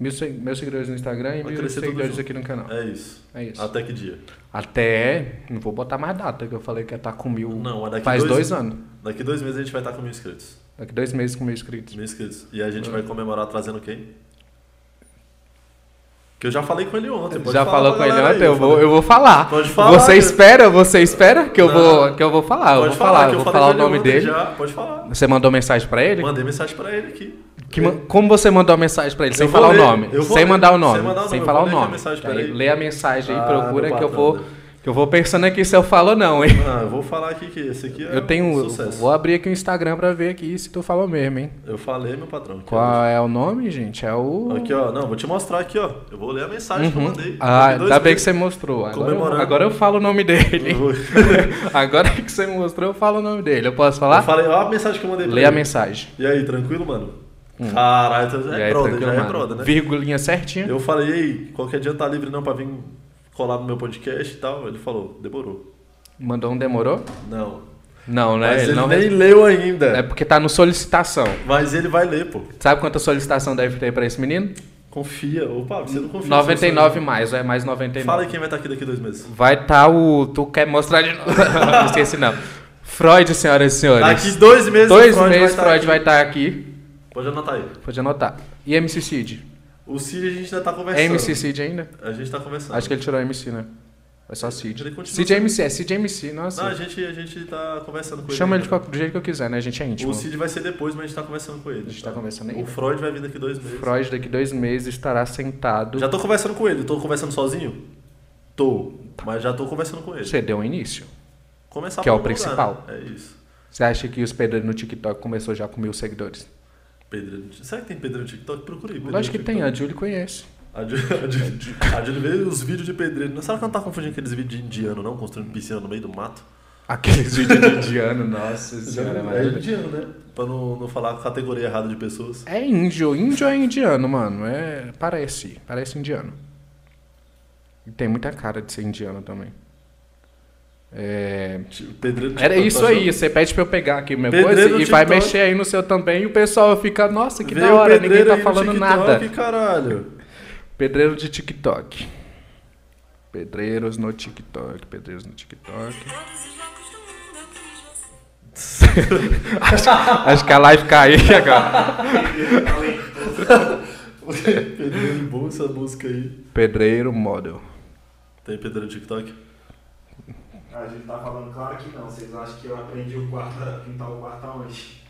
A: Mil se- meus seguidores no Instagram e
C: Vai
A: mil
C: crescer tudo
A: seguidores
C: junto.
A: aqui no canal.
C: É isso.
A: É isso.
C: Até que dia?
A: Até. Não vou botar mais data, que eu falei que ia estar com mil.
C: Não, mas daqui
A: faz
C: dois,
A: dois anos.
C: Daqui dois meses a gente vai estar com mil inscritos.
A: Daqui dois meses com mil inscritos.
C: Mil inscritos. E a gente vai comemorar trazendo quem? Que eu já falei com ele ontem. pode
A: Já
C: falar
A: falou
C: pra
A: com ele
C: galera
A: ontem?
C: aí,
A: Eu vou,
C: falei.
A: eu vou falar.
C: Pode falar,
A: Você
C: cara.
A: espera, você espera que eu,
C: Não.
A: vou, que eu vou falar. Ah, eu
C: Pode
A: vou falar,
C: que
A: eu
C: eu
A: vou
C: falei
A: falar o
C: com ele
A: nome
C: ontem
A: dele.
C: Já, pode falar.
A: Você mandou mensagem pra ele?
C: Mandei mensagem pra ele aqui.
A: Que man- Como você mandou a mensagem pra ele? Sem
C: Eu vou
A: falar,
C: ler,
A: o nome,
C: eu vou
A: sem
C: ler,
A: mandar o nome.
C: sem mandar o nome, eu
A: falar
C: vou
A: o
C: ler a
A: nome.
C: mensagem
A: Aí,
C: pra ele.
A: Lê a mensagem aí,
C: Ah,
A: procura
C: meu
A: que eu
C: patrão.
A: vou, que eu vou pensando aqui se eu falo ou não, hein?
C: Ah, eu vou falar aqui que esse aqui é
A: Eu tenho.
C: um
A: eu
C: sucesso.
A: Vou abrir aqui o Instagram pra ver aqui se tu falou mesmo, hein?
C: Eu falei, meu patrão. que
A: Qual é o nome, gente? É o.
C: Aqui, ó. Não, vou te mostrar aqui, ó. Eu vou ler a mensagem que eu
A: Uhum.
C: mandei.
A: Ah,
C: Tem dois
A: ainda bem que
C: meses.
A: você mostrou. Agora eu,
C: Comemorando.
A: agora eu falo o nome dele.
C: Eu vou-
A: agora que você mostrou, eu falo o nome dele. Eu posso
C: Eu
A: falar?
C: falei, ó a mensagem que eu mandei pra
A: Lê a
C: ele.
A: mensagem.
C: E aí, tranquilo, mano? Caralho, então
A: E
C: é
A: aí,
C: broda,
A: tranquilo,
C: já é
A: mano.
C: broda, né?
A: Virgulinha certinha.
C: Eu falei, e aí, qualquer dia tá livre não pra vir colar no meu podcast e tal? Ele falou, demorou.
A: Mandou um demorou?
C: Não.
A: Não, né?
C: Mas ele,
A: não
C: nem
A: res-
C: leu ainda.
A: É porque tá no solicitação.
C: Mas ele vai ler, pô.
A: Sabe quanta solicitação deve ter pra esse menino?
C: Confia. Opa, você não confia.
A: 99
C: você
A: mais, é mais
C: não sabe.
A: 99.
C: Fala aí quem vai estar aqui daqui dois meses.
A: Vai tá o. Tu quer mostrar de novo? não esqueci, não. Freud, senhoras e senhores.
C: Daqui dois meses
A: Dois
C: o Freud
A: meses
C: vai tá
A: Freud
C: estar
A: vai estar aqui.
C: aqui. Pode anotar aí.
A: Pode anotar. E MC Cid?
C: O Cid a gente ainda tá
A: É
C: conversando.
A: MC Cid ainda?
C: A gente tá conversando.
A: Acho que ele tirou MC, né? É só Cid.
C: Ele continua
A: Cid é MC, é Cid é MC, nossa.
C: Não, a gente, a gente tá conversando com ele.
A: Chama ele
C: ainda.
A: de qualquer- do jeito que eu quiser, né? A gente é íntimo.
C: O Cid vai ser depois, mas a gente tá conversando com ele.
A: A gente tá conversando
C: O
A: ainda.
C: Freud vai vir daqui dois meses.
A: Freud daqui dois meses estará sentado.
C: Já tô conversando com ele, tô conversando sozinho? Tô Tô. Mas já tô conversando com ele.
A: Você deu um início.
C: Começar
A: Que é o
C: por algum
A: principal.
C: né? É isso.
A: Você acha que os pedreiros no TikTok começou já com mil seguidores?
C: Pedreiro. no Tik- Será que tem pedreiro no TikTok? Procurei. pedreiro
A: Lógico que
C: no
A: tem,
C: TikTok.
A: a Julie conhece.
C: A Ju- a Ju- a Julie vê os vídeos de pedreiro. Será que ela não tá confundindo aqueles vídeos de indiano, não? Construindo piscina no meio do mato?
A: Aqueles vídeos de indiano, nossa senhora, é
C: é
A: maravilhoso.
C: indiano, né? Pra não, não falar a categoria errada de pessoas.
A: É índio, índio é indiano, mano. É, parece, parece indiano. E tem muita cara de ser indiano também. É,
C: Tipo, Pedreiro no
A: Era
C: TikTok,
A: isso
C: tá
A: aí,
C: achando?
A: você pede pra eu pegar aqui minha
C: Pedreiro
A: coisa e
C: no
A: vai
C: TikTok.
A: mexer aí no seu também e o pessoal fica, nossa, que
C: Vê
A: da
C: o
A: hora, ninguém
C: pedreiro
A: tá
C: aí no
A: falando
C: TikTok,
A: nada.
C: caralho.
A: Pedreiro de TikTok. Pedreiros no TikTok, pedreiros no TikTok. acho, acho que a live caiu agora.
B: Além de todos,
C: pedreiro bom essa música aí.
A: Pedreiro model.
C: Tem pedreiro no TikTok?
B: a gente tá falando, claro que não. Vocês acham que eu aprendi o quarto, a pintar o quarto aonde?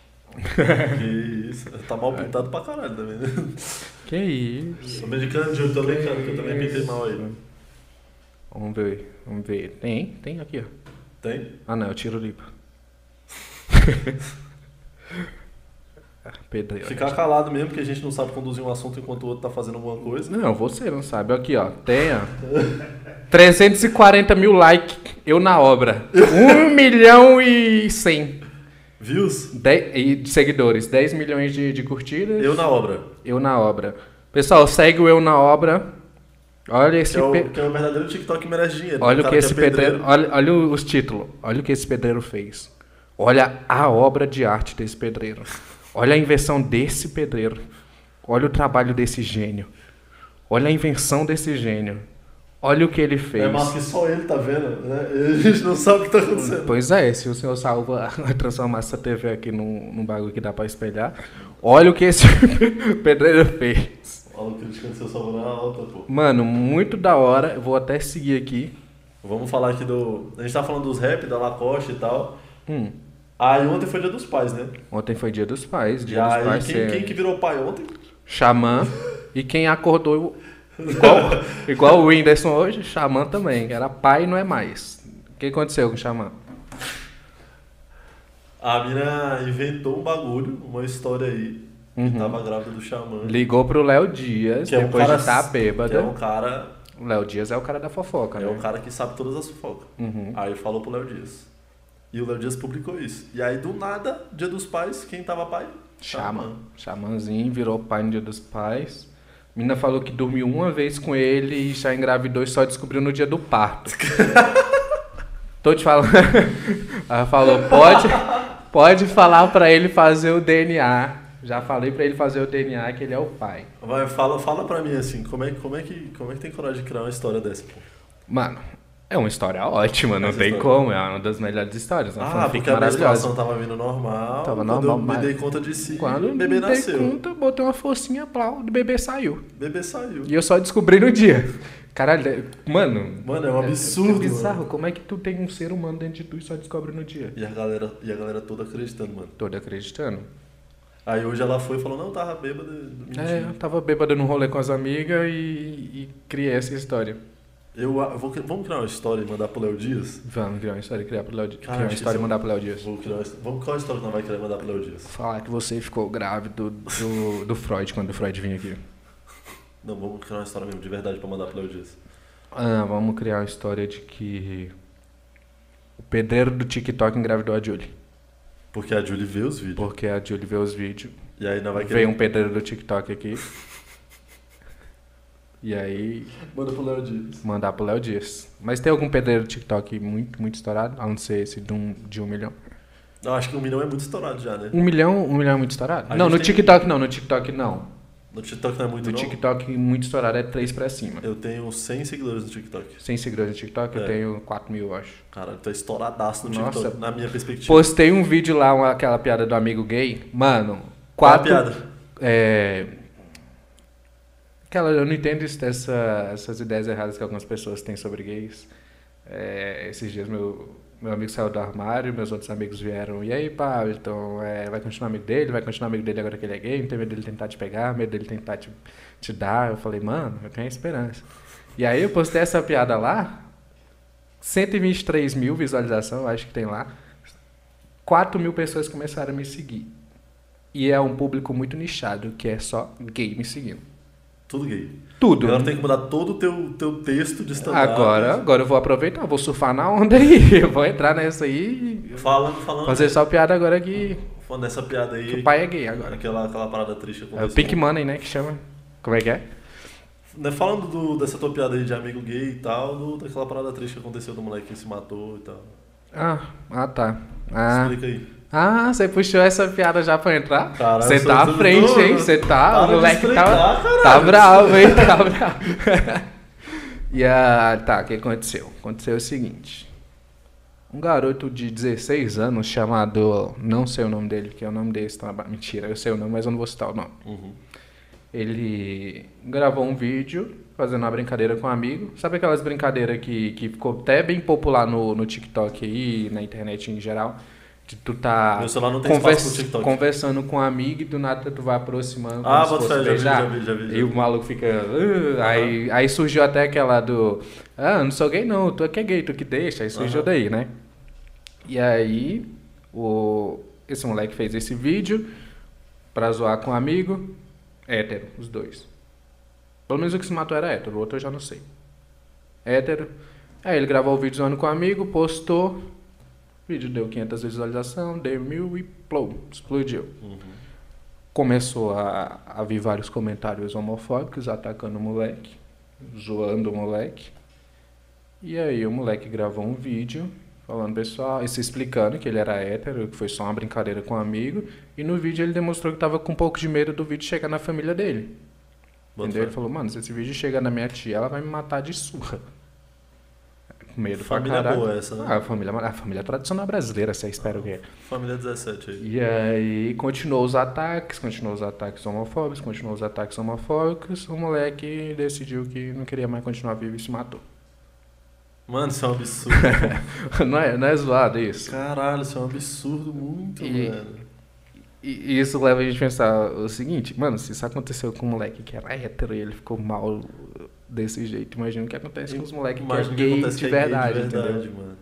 C: Que isso. Tá mal pintado pra caralho também, né?
A: Que isso?
C: Sou americano, Júlio, tô brincando, que eu também pintei mal aí. né?
A: Vamos ver, vamos ver. Tem, tem aqui, ó.
C: Tem?
A: Ah não, eu tiro limpo. Pedreiro.
C: Ficar calado mesmo, porque a gente não sabe conduzir um assunto enquanto o outro tá fazendo alguma coisa.
A: Não, você não sabe. Aqui, ó. Tem, ó. 340 mil likes. Eu na obra. 1 milhão e 100
C: Views?
A: de, e de seguidores. 10 milhões de, de curtidas.
C: Eu na obra.
A: Eu na obra. Pessoal, segue o Eu na obra. Olha esse.
C: Que é,
A: pe-
C: o, que é o verdadeiro TikTok que merece dinheiro.
A: Olha o
C: cara
A: que esse
C: é
A: pedreiro. Olha, olha os títulos. Olha o que esse pedreiro fez. Olha a obra de arte desse pedreiro. Olha a invenção desse pedreiro. Olha o trabalho desse gênio. Olha a invenção desse gênio. Olha o que ele fez.
C: É massa que só ele tá vendo, né? E a gente não sabe o que tá acontecendo.
A: Pois é, se o senhor salva transformar essa TV aqui num, num bagulho que dá pra espelhar. Olha o que esse pedreiro fez.
C: Olha o criticando seu salvo na alta, pô.
A: Mano, muito da hora. Eu Vou até seguir aqui.
C: Vamos falar aqui do. A gente tá falando dos rap, da Lacoste e tal.
A: Hum,
C: Aí ontem foi dia dos pais, né?
A: ontem foi dia dos pais. Dia
C: e
A: dos
C: aí,
A: pais.
C: quem,
A: você-
C: quem que virou pai ontem?
A: Xamã. E quem acordou igual, igual o Whindersson hoje, Xamã também. que Era pai e não é mais. O que aconteceu com o Xamã?
C: A mina inventou um bagulho, uma história aí.
A: Uhum.
C: Que tava grávida do Xamã.
A: Ligou pro Léo Dias,
C: Que é um
A: depois
C: cara
A: de estar
C: Que é um
A: bêbado.
C: cara.
A: O Léo Dias é o cara da fofoca,
C: É
A: né?
C: um cara que sabe todas as fofocas.
A: Uhum.
C: Aí falou pro Léo Dias. E o Léo Dias publicou isso. E aí, do nada, dia dos pais, quem tava pai?
A: Xamã. Xamãzinho virou pai no dia dos pais. Mina falou que dormiu uma vez com ele e já engravidou e só descobriu no dia do parto. Tô te falando. Ela falou, pode, pode falar pra ele fazer o DNA. Já falei pra ele fazer o DNA que ele é o pai.
C: Vai, fala, fala pra mim assim, como é, como, é que, como é que tem coragem de criar uma história dessa, pô?
A: Mano, é uma história ótima, não
C: Essa
A: tem
C: história.
A: como. É uma das melhores histórias. Uma
C: Ah,
A: fanfic
C: porque a
A: maravilhosa.
C: menstruação tava vindo normal.
A: Tava
C: quando
A: normal,
C: eu me
A: mas-
C: dei conta de si,
A: Quando
C: o
A: me dei
C: bebê nasceu.
A: conta, botei uma forcinha, plau, o bebê saiu.
C: O bebê saiu.
A: E eu só descobri no dia. Caralho, é- mano.
C: Mano, é um absurdo,
A: É bizarro,
C: mano.
A: como é que tu tem um ser humano dentro de tu e só descobre no dia?
C: E a, galera, e a galera toda acreditando, mano.
A: Todo acreditando.
C: Aí hoje ela foi e falou, não, eu tava bêbada. Mentira.
A: É, eu tava bêbado num rolê com as amigas e, e criei essa história.
C: Eu, a- vou, cri- vamos criar uma história e mandar pro Léo Dias?
A: Vamos criar uma história, criar pro Léo Dias. Criar
C: Cara,
A: uma história
C: isso-
A: e mandar pro Léo Dias.
C: Vou criar uma, his- vamos, qual a história que nós vai querer mandar pro Léo Dias?
A: Falar que você ficou grávido do, do Freud quando o Freud vinha aqui.
C: Não, vamos criar uma história mesmo, de verdade, pra mandar pro Léo Dias.
A: Ah, vamos criar uma história de que o pedreiro do TikTok engravidou a Julie.
C: Porque a Julie vê os vídeos.
A: Porque a Julie vê os vídeos.
C: E aí nós vai querer...
A: Veio um pedreiro do TikTok aqui. E aí,
C: Manda pro Léo Dias.
A: mandar pro Léo Dias. Mas tem algum pedreiro do TikTok muito, muito estourado? A não ser esse de um, de um milhão.
C: Não, acho que um milhão é muito estourado já, né?
A: Um milhão, um milhão é muito estourado?
C: A
A: não,
C: gente
A: no
C: tem-
A: TikTok não, no TikTok não.
C: No TikTok não é muito,
A: No
C: não.
A: TikTok muito estourado é três pra cima.
C: Eu tenho 100 seguidores no TikTok.
A: Sem seguidores no TikTok, eu
C: É.
A: tenho 4 mil, eu acho.
C: Cara, tá estouradaço no
A: Nossa.
C: TikTok, na minha perspectiva.
A: Postei um vídeo lá, uma- aquela piada do amigo gay. Mano,
C: Qual a
A: quatro.
C: piada?
A: É. Aquela, eu não entendo isso, essa, essas ideias erradas que algumas pessoas têm sobre gays. É, esses dias meu, Meu amigo saiu do armário, meus outros amigos vieram. E aí, Pablito, é, vai continuar amigo dele? Vai continuar amigo dele agora que ele é gay? Não tem medo dele tentar te pegar, medo dele tentar te, te dar. Eu falei, mano, eu tenho esperança. E aí eu postei essa piada lá, 123 mil visualizações, eu acho que tem lá. 4 mil pessoas começaram a me seguir. E é um público muito nichado, que é só gay me seguindo.
C: Tudo gay.
A: Tudo.
C: Agora tem que mudar todo o teu, teu texto de stand-up.
A: Agora, agora eu vou aproveitar, eu vou surfar na onda aí, eu vou entrar nessa aí e
C: Falando, falando.
A: fazer só piada agora que,
C: Falando dessa piada aí.
A: que o pai é gay agora.
C: Aquela, aquela parada triste que
A: É o
C: aconteceu.
A: Pink Money, né, que chama. Como é que é?
C: Né, Falando do- dessa tua piada aí de amigo gay e tal, do- daquela parada triste que aconteceu do moleque que se matou e tal.
A: Ah, ah tá. Ah,
C: Explica aí.
A: ah, você puxou essa piada já pra entrar?
C: Caralho,
A: Você
C: eu
A: tá à
C: sou-
A: frente, hein? Você
C: né? Para
A: tá, o
C: de
A: moleque
C: explicar,
A: tá...
C: caralho.
A: Tá bravo, hein? Tá bravo. e a. Tá, o que aconteceu? Aconteceu o seguinte. Um garoto de 16 anos chamado. Não sei o nome dele, porque é o nome desse trabalho. Mentira, eu sei o nome, mas eu não vou citar o nome.
C: Uhum.
A: Ele gravou um vídeo fazendo uma brincadeira com um amigo. Sabe aquelas brincadeiras que, que ficou até bem popular no, no TikTok aí, na internet em geral? De tu tá
C: Meu celular não tem espaço
A: convers-
C: pro TikTok.
A: conversando com um amigo e do nada tu vai aproximando.
C: Ah,
A: como se
C: bota
A: fosse
C: fé,
A: beijar.
C: já vi, já vi, já vi, já
A: E o
C: vi.
A: maluco fica. "Ah", aí, aí surgiu até aquela do. Ah, eu não sou gay não, tu é que é gay, tu que deixa. Aí surgiu
C: Aham.
A: daí, né? E aí, o, esse moleque fez esse vídeo pra zoar com um amigo, hétero, os dois. Pelo menos o que se matou era hétero, o outro eu já não sei. Hétero. Aí ele gravou o vídeo zoando com um amigo, postou. O vídeo deu 500 visualizações, deu mil e plou, explodiu.
C: Uhum.
A: Começou a, a vir vários comentários homofóbicos atacando o moleque, zoando o moleque. E aí o moleque gravou um vídeo falando pessoal, e se explicando que ele era hétero, que foi só uma brincadeira com um amigo. E no vídeo ele demonstrou que tava com um pouco de medo do vídeo chegar na família dele.
C: Bota
A: entendeu?
C: fé.
A: Ele falou, mano, se esse vídeo chegar na minha tia, ela vai me matar de surra. Com Medo
C: Família
A: pra caralho.
C: boa essa, né?
A: Ah, a família, a família tradicional brasileira, você espera o quê?
C: Família 17 aí.
A: E aí continuou os ataques, continuou os ataques homofóbicos, continuou os ataques homofóbicos. O moleque decidiu que não queria mais continuar vivo e se matou.
C: Mano, isso é um absurdo.
A: não, é, não é zoado isso?
C: Caralho, isso é um absurdo muito,
A: E-
C: velho.
A: E e isso leva a gente a pensar o seguinte, mano, se isso aconteceu com um moleque que era hétero e ele ficou mal desse jeito, imagina o que acontece com os moleques que é
C: Imagina o
A: gay
C: acontece
A: de
C: que é gay
A: verdade, entendeu?
C: verdade, mano.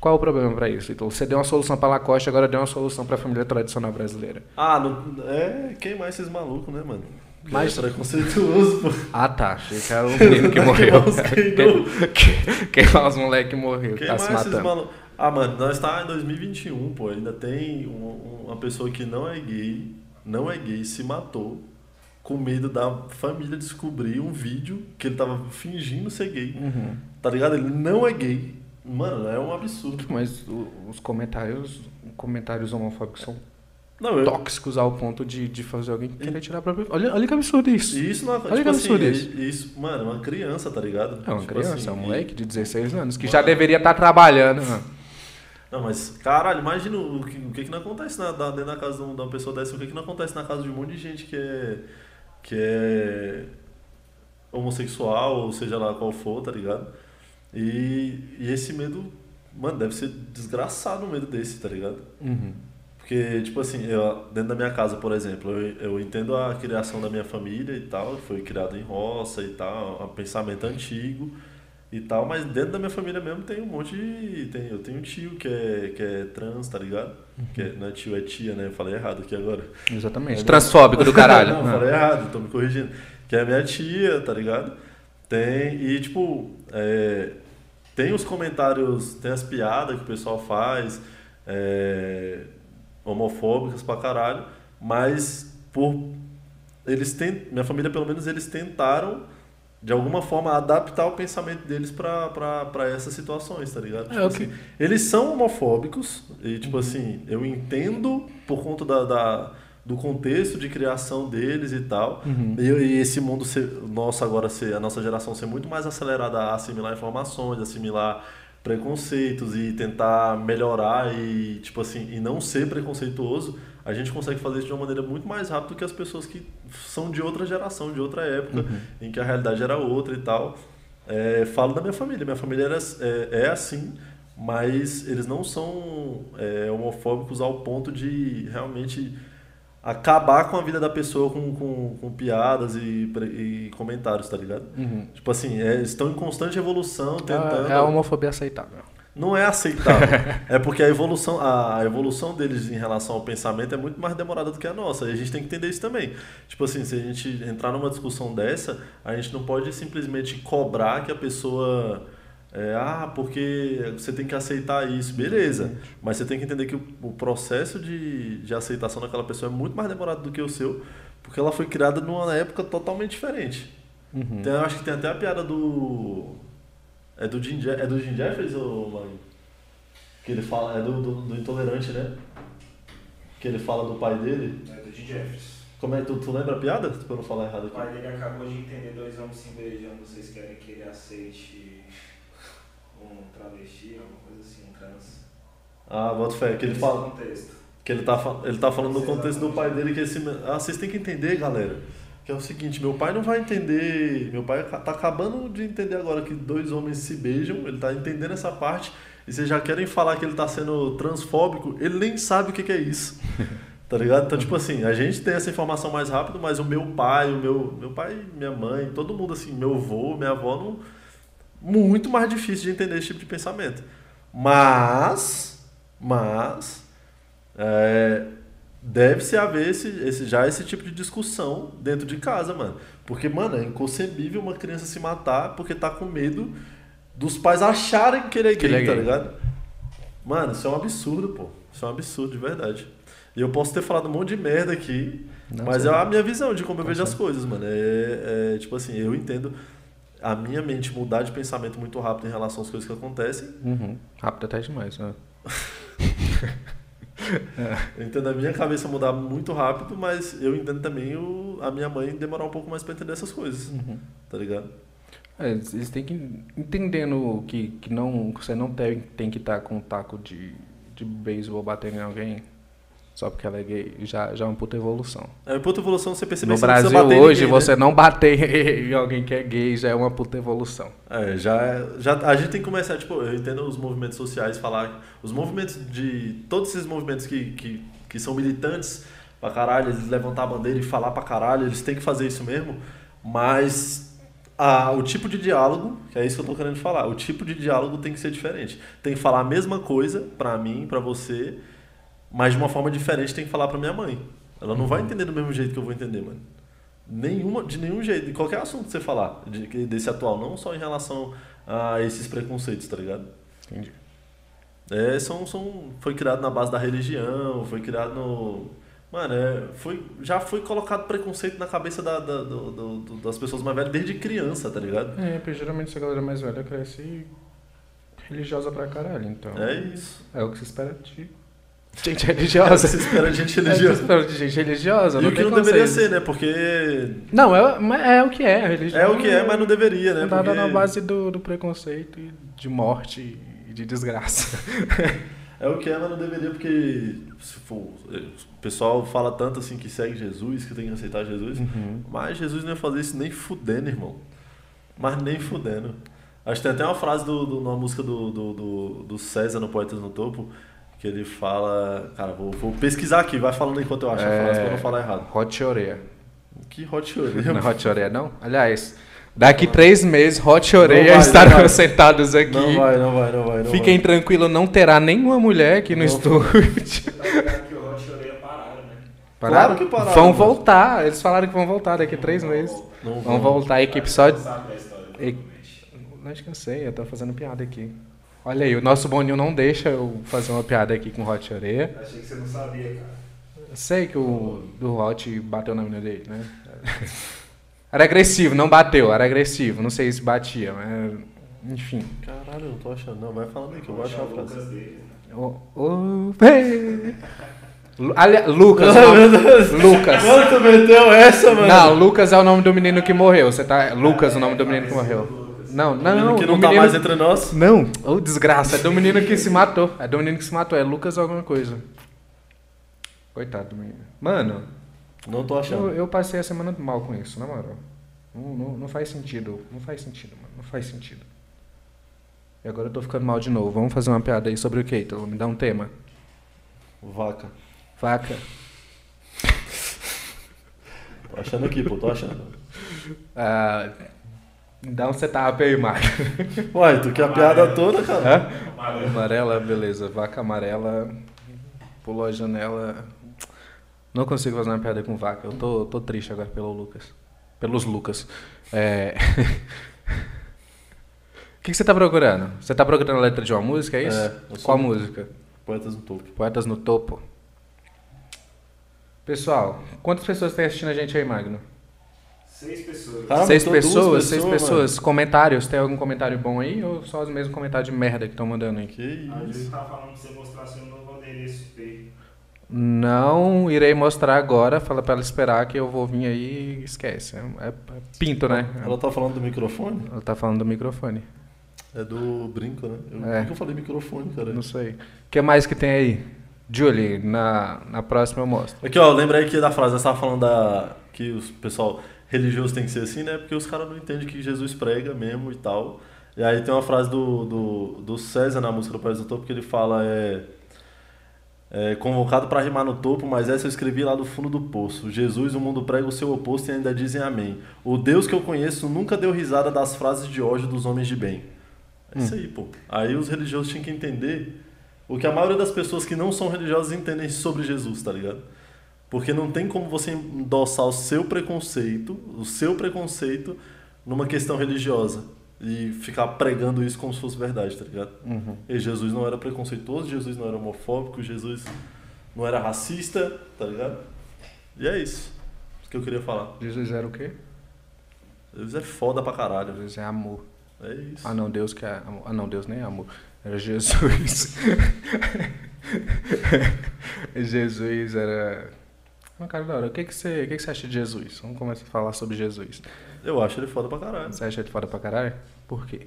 A: Qual o problema pra isso? Então, você deu uma solução pra Lacoste, agora deu uma solução pra família tradicional brasileira.
C: Ah, não, é queimar esses malucos, né, mano?
A: Mas-
C: Mas preconceituoso, pô.
A: Ah tá, achei que era o menino que morreu. Que- Queimar os moleque que morreu, que tá
C: Queimar
A: se
C: esses
A: matando.
C: malucos. Ah, mano, nós tá em 2021, pô. Ainda tem um- uma pessoa que não é gay, não é gay, se matou com medo da família descobrir um vídeo que ele tava fingindo ser gay.
A: Uhum.
C: Tá ligado? Ele não é gay. Mano, é um absurdo.
A: Mas o- os comentários, comentários homofóbicos são
C: Não, eu,
A: tóxicos ao ponto de, de fazer alguém querer tirar a própria. Olha, olha que absurdo isso.
C: E isso não
A: Olha que absurdo
C: é-
A: isso.
C: isso. Mano, é uma criança, tá ligado?
A: É uma
C: Tipo
A: criança,
C: assim,
A: é um
C: e-
A: moleque de 16 anos que
C: Mano.
A: já deveria estar trabalhando. né? Mano.
C: Não, mas caralho, imagina o que, o que, que não acontece na, da- dentro da casa de um- de uma pessoa dessa, o que, que não acontece na casa de um monte de gente que é. que é. homossexual, ou seja lá qual for, tá ligado? E, e esse medo, mano, deve ser desgraçado o medo desse, tá ligado?
A: Uhum.
C: Porque, tipo assim, eu, dentro da minha casa, por exemplo, eu, eu entendo a criação da minha família e tal, que foi criado em roça e tal, é um pensamento antigo e tal, mas dentro da minha família mesmo tem um monte de. Tem, eu tenho um tio que é, que é trans, tá ligado? Que é, não é tio, é tia, né? Eu falei errado aqui agora.
A: Exatamente. É Transfóbico do caralho.
C: Não,
A: Ah.
C: falei errado, tô me corrigindo. Que é minha tia, tá ligado? Tem, e tipo, é, tem os comentários, tem as piadas que o pessoal faz, é, homofóbicas pra caralho, mas por. Eles ten, minha família, pelo menos, eles tentaram, de alguma forma, adaptar o pensamento deles pra, pra, pra essas situações, tá ligado?
A: É,
C: Tipo
A: ok.
C: assim, eles são homofóbicos, e tipo assim, eu entendo por conta da, da- do contexto de criação deles e tal. E, e esse mundo ser, nosso agora, ser, a nossa geração ser muito mais acelerada a assimilar informações, assimilar preconceitos e tentar melhorar e tipo assim, e não ser preconceituoso, a gente consegue fazer isso de uma maneira muito mais rápida do que as pessoas que são de outra geração, de outra época, em que a realidade era outra e tal. É, falo da minha família. Minha família era, é, é assim, Mas eles não são é, homofóbicos ao ponto de realmente acabar com a vida da pessoa com, com, com piadas e, pre- e comentários, tá ligado? Tipo assim, é, eles estão em constante evolução, tentando.
A: Uhum. É a homofobia aceitável.
C: Não é aceitável. é porque a evolução, a evolução deles em relação ao pensamento é muito mais demorada do que a nossa. E a gente tem que entender isso também. Tipo assim, se a gente entrar numa discussão dessa, a gente não pode simplesmente cobrar que a pessoa. é, ah, porque você tem que aceitar isso, beleza. Mas você tem que entender que o, o processo de, de aceitação daquela pessoa é muito mais demorado do que o seu, porque ela foi criada numa época totalmente diferente.
A: Uhum.
C: Então eu acho que tem até a piada do. É do Jim, Je- é do Jim Jeffries ou Magno? Que ele fala. É do, do, do intolerante, né? Que ele fala do pai dele.
B: né, do Jim Jeffries.
C: Como é? Tu, tu lembra a piada? Pra eu não falar errado
B: O
C: aqui.
B: pai dele acabou de entender dois homens se beijando, vocês querem que ele aceite um travesti, alguma coisa assim, um trans.
C: Ah, bota fé. Que ele
B: Esse
C: fala.
B: contexto.
C: Que ele tá, fa- ele tá falando no contexto do pai dele que esse. Ah, vocês têm que entender, galera. Que é o seguinte, meu pai não vai entender. Meu pai tá acabando de entender agora que dois homens se beijam, ele tá entendendo essa parte, e vocês já querem falar que ele tá sendo transfóbico, ele nem sabe o que, que é isso. Tá ligado? Então, tipo assim, a gente tem essa informação mais rápido, mas o meu pai, o meu, meu pai, minha mãe, todo mundo assim, meu avô, minha avó, não, muito mais difícil de entender esse tipo de pensamento. Mas, mas, é, deve-se haver esse, esse, já esse tipo de discussão dentro de casa, mano. Porque, mano, é inconcebível uma criança se matar porque tá com medo dos pais acharem que ele é gay,
A: Que ele é
C: tá
A: gay.
C: ligado? Mano, isso é um absurdo, pô. Isso é um absurdo, de verdade. E eu posso ter falado um monte de merda aqui,
A: Não
C: mas
A: sei.
C: é a minha visão de como eu vejo as coisas, mano. É, é, tipo assim, eu entendo a minha mente mudar de pensamento muito rápido em relação às coisas que acontecem.
A: Uhum. Rápido até demais, né?
C: Eu entendo a minha cabeça mudar muito rápido, mas eu entendo também o, a minha mãe demorar um pouco mais pra entender essas coisas. Tá ligado?
A: É, eles têm que entendendo que, que não que você não tem, tem que estar com um taco de, de beisebol batendo em alguém só porque ela é gay já, já é uma puta evolução.
C: É uma puta evolução você percebe
A: No
C: que você não precisa
A: Brasil
C: bater em
A: hoje
C: ninguém, né?
A: você não bater em alguém que é gay já é uma puta evolução.
C: Né? É, já, já, a gente tem que começar, tipo, eu entendo os movimentos sociais falar. Os movimentos de. Todos esses movimentos que, que, que são militantes pra caralho, eles levantar a bandeira e falar pra caralho, eles têm que fazer isso mesmo. Mas a, o tipo de diálogo, que é isso que eu tô querendo falar, o tipo de diálogo tem que ser diferente. Tem que falar a mesma coisa pra mim, pra você, mas de uma forma diferente tem que falar pra minha mãe. Ela não vai entender do mesmo jeito que eu vou entender, mano. Nenhuma, de nenhum jeito, de qualquer assunto que você falar, de, desse atual, não só em relação a esses preconceitos, tá ligado?
A: Entendi.
C: É, são, são, foi criado na base da religião, foi criado no. Mano, é, foi, já foi colocado preconceito na cabeça da, da- do- do- do- das pessoas mais velhas desde criança, tá ligado?
A: É, porque geralmente essa galera mais velha cresce religiosa pra caralho, então.
C: É isso.
A: É o que se espera de gente
C: Cara,
A: religiosa.
C: se espera de gente
A: É o que se
C: religiosa.
A: espera de gente religiosa,
C: E
A: não
C: o que
A: tem
C: não deveria
A: conceito.
C: ser, né? Porque
A: Não, é, mas é o que é, a religião.
C: é o que é, mas não deveria, né?
A: Fundada na
C: Porque-
A: base do, do preconceito e de morte e de desgraça.
C: É o que é, mas não deveria, porque se for, o pessoal fala tanto assim que segue Jesus, que tem que aceitar Jesus.
A: Uhum.
C: Mas Jesus não ia fazer isso nem fudendo, irmão. Mas nem fudendo. Acho que tem até uma frase do, do, numa música do, do, do, do César no Poetas no Topo, que ele fala. Cara, vou, vou pesquisar aqui, vai falando enquanto eu acho
A: É.
C: a frase pra não falar errado.
A: Hot Oreia.
C: Que hot orelha.
A: Não é Hot Oreia, não? Aliás, daqui três meses, Hot Oreia
C: vai, não
A: estarão
C: vai.
A: sentados aqui.
C: Não vai, não vai, não vai. Não
A: Fiquem
C: vai.
A: tranquilos, não terá nenhuma mulher aqui no
C: Não.
A: estúdio.
B: Tá ligado que o Hot e Oreia pararam, né?
C: Claro que pararam,
A: Vão
C: mano.
A: voltar, eles falaram que vão voltar daqui três meses.
C: Não
A: Vão
C: vão.
A: voltar, a equipe só.
B: Não sabe da história,
A: E-
B: provavelmente.
A: Acho que eu sei, eu tô fazendo piada aqui. Olha aí, o nosso Boninho não deixa eu fazer uma piada aqui com Hot Oreia.
B: Achei que você não sabia, cara.
A: Eu Sei que o do Hot bateu na mina dele, né? Era agressivo, não bateu, era agressivo. Não sei se batia, mas. Enfim.
C: Caralho, eu não tô achando. Não, vai falando aí que eu vou
B: Vou
C: achar a
B: o
C: frase.
B: Lucas dele, né?
A: O, o- Lu- ali- Lucas.
C: Ai,
A: não.
C: meu Deus.
A: Lucas.
C: Mano, tu meteu essa, mano?
A: Não, Lucas é o nome do menino que morreu. Você tá. Lucas, é o nome do menino que morreu. Não, não,
C: Menino
A: não.
C: que
A: o
C: não tá
A: menino-
C: mais entre nós.
A: Não, ô desgraça, é do menino que se matou. É do menino que se matou, é Lucas alguma coisa. Coitado do menino. Mano,
C: Não tô
A: Eu,
C: achando.
A: eu passei a semana mal com isso, na moral. Não, não, não faz sentido. Não faz sentido, mano. Não faz sentido. E agora eu tô ficando mal de novo. Vamos fazer uma piada aí sobre o que, então? Me dá um tema.
C: Vaca.
A: Vaca.
C: Tô achando aqui, pô, tô achando.
A: Ah, me dá um setup aí, Marco.
C: Uai, tu quer a piada toda, cara?
A: Hã?
B: Amarelo.
A: Amarela, beleza. Vaca amarela. Pulou a janela. Não consigo fazer uma piada com vaca. Eu tô, tô triste agora pelo Lucas. Pelos Lucas. É... O que, que você tá procurando? Você tá procurando a letra de uma música, é isso?
C: É, eu sou-
A: Qual música?
C: Poetas no topo.
A: Poetas no Topo. Pessoal, quantas pessoas tem assistindo a gente aí, Magno?
B: Seis pessoas.
C: Cara,
A: seis
C: Tá, aumentou duas
A: pessoas, seis
C: pessoas,
A: pessoas. Comentários, tem algum comentário bom aí? Ou só os mesmos comentários de merda que estão mandando aí?
C: Que
B: A
C: isso?
B: Júlia tá falando pra você mostrar seu novo endereço P.
A: Não irei mostrar agora, fala pra ela esperar que eu vou vir aí e esquece. É, é pinto, né?
C: Ela tá falando do microfone?
A: Ela tá falando do microfone.
C: É do brinco, né? Eu,
A: É.
C: Por que eu falei microfone, cara?
A: Não sei. O que mais que tem aí? Julie, na, na próxima eu mostro.
C: Aqui, ó, lembrei aqui da frase, você tava falando da... que os pessoal religioso tem que ser assim, né? Porque os caras não entendem que Jesus prega mesmo e tal. E aí tem uma frase do, do, do César na música do País do Topo que ele fala, é... é, convocado para rimar no topo, mas essa eu escrevi lá do fundo do poço. Jesus, o mundo prega o seu oposto e ainda dizem amém. O Deus que eu conheço nunca deu risada das frases de ódio dos homens de bem. É isso aí, pô. Aí os religiosos tinham que entender o que a maioria das pessoas que não são religiosas entendem sobre Jesus, tá ligado? Porque não tem como você endossar o seu preconceito, o seu preconceito numa questão religiosa e ficar pregando isso como se fosse verdade, tá ligado? E Jesus não era preconceituoso, Jesus não era homofóbico, Jesus não era racista, tá ligado? E é isso. Isso que eu queria falar.
A: Jesus era o quê?
C: Jesus é foda pra caralho.
A: Jesus é amor.
C: É isso.
A: Ah não, Deus que é amor. Ah não, Deus nem é amor. Era Jesus. Jesus era. Uma cara da hora. O que, que, você, o que, que você acha de Jesus? Vamos começar a falar sobre Jesus.
C: Eu acho ele foda pra caralho.
A: Você acha ele foda pra caralho? Por quê?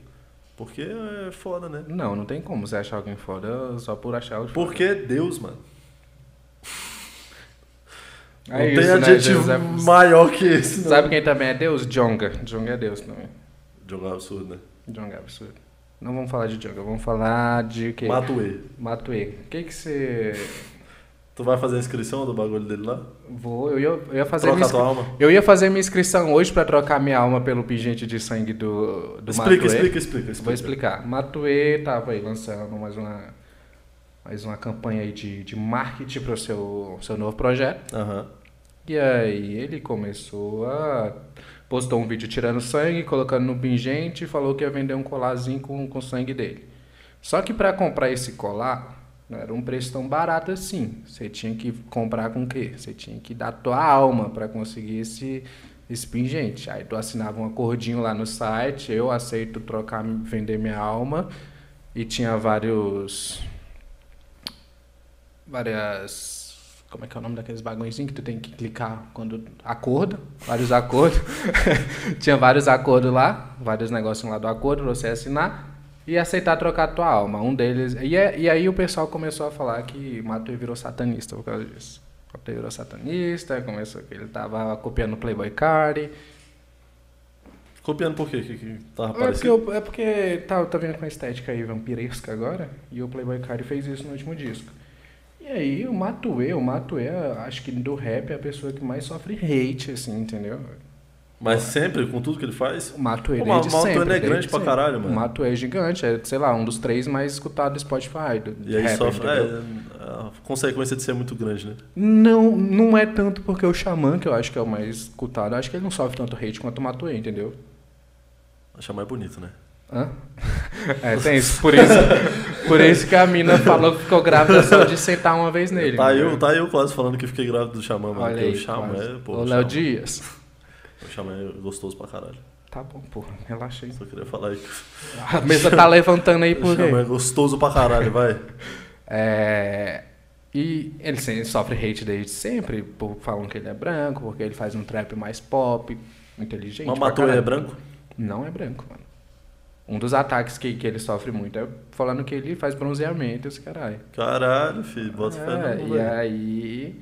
C: Porque é foda, né?
A: Não, não tem como você achar alguém foda só por achar o
C: Porque é Deus, mano.
A: É
C: não
A: isso,
C: tem
A: né,
C: adjetivo
A: Jesus é-
C: maior que esse, não.
A: Sabe quem também é Deus? Jonga. Jonga é Deus também.
C: Jogo é um absurdo, né?
A: Jonga é absurdo. Não vamos falar de Jonga, vamos falar de quê?
C: Matuê.
A: Matuê. O que que você...
C: Tu vai fazer a inscrição do bagulho dele lá?
A: Vou... Eu ia, eu ia fazer...
C: Troca
A: minha
C: a tua alma?
A: Eu ia fazer minha inscrição hoje pra trocar minha alma pelo pingente de sangue do, do
C: explica,
A: Matuê.
C: explica, explica, explica.
A: Vou explicar. Matuê tava aí lançando mais uma, mais uma campanha aí de, de marketing pro seu, seu novo projeto.
C: Aham.
A: E aí ele começou a. postou um vídeo tirando sangue, colocando no pingente e falou que ia vender um colarzinho com, com sangue dele. Só que para comprar esse colar, não era um preço tão barato assim. Você tinha que comprar com o quê? Você tinha que dar tua alma para conseguir esse, esse pingente. Aí tu assinava um acordinho lá no site, eu aceito trocar, vender minha alma. E tinha vários. Várias. Como é que é o nome daqueles bagulhozinhos que tu tem que clicar quando. Acordo. Vários acordos. tinha vários acordos lá. Vários negocinhos lá do acordo pra você assinar. E aceitar trocar a tua alma. Um deles. E, é- e aí o pessoal começou a falar que Matuê virou satanista por causa disso. Matuê virou satanista, começou que ele tava copiando Playboy Card.
C: Copiando por quê? Que, que tá tava
A: É porque,
C: aparecendo?
A: eu, é porque tá, tá vindo com a estética aí vampiresca agora, e o Playboy Cardi fez isso no último disco. E aí o Matuê, o Matuê, acho que do rap é a pessoa que mais sofre hate, assim, entendeu?
C: Mas sempre, com tudo que ele faz?
A: O Matuê,
C: Pô,
A: desde
C: mas o Matuê
A: sempre.
C: ele é
A: desde
C: grande pra
A: sempre.
C: caralho, mano.
A: O Matuê é gigante, é, sei lá, um dos três mais escutados do Spotify, do
C: E aí
A: rap,
C: sofre. É,
A: entendeu?
C: a consequência de ser muito grande, né?
A: Não, não é tanto porque o Xamã, que eu acho que é o mais escutado, eu acho que ele não sofre tanto hate quanto o Matuê, entendeu?
C: Achar mais bonito, né?
A: Hã? É, tem isso. Por isso, por isso que a mina falou que ficou grávida só de sentar uma vez nele.
C: tá,
A: entendeu?
C: eu, tá eu quase falando que fiquei grávido do Xamã, mano.
A: Olha
C: porque
A: aí,
C: o Xamã
A: quase.
C: é, pô,
A: Ô,
C: o
A: Léo
C: Xamã,
A: Dias.
C: o Xamã é gostoso pra caralho.
A: Tá bom, porra, relaxa aí.
C: Só queria falar aí.
A: A mesa tá levantando aí
C: O
A: por
C: Xamã
A: quê?
C: é gostoso pra caralho, vai.
A: É... E ele se- sofre hate desde sempre, por- falam que ele é branco, porque ele faz um trap mais pop, inteligente.
C: Mas
A: pra
C: matou ele é
A: caralho.
C: branco?
A: Não é branco, mano. Um dos ataques que, que ele sofre muito é falando que ele faz bronzeamento, esse caralho.
C: Caralho, filho, bota fé
A: É,
C: no
A: E
C: velho.
A: aí.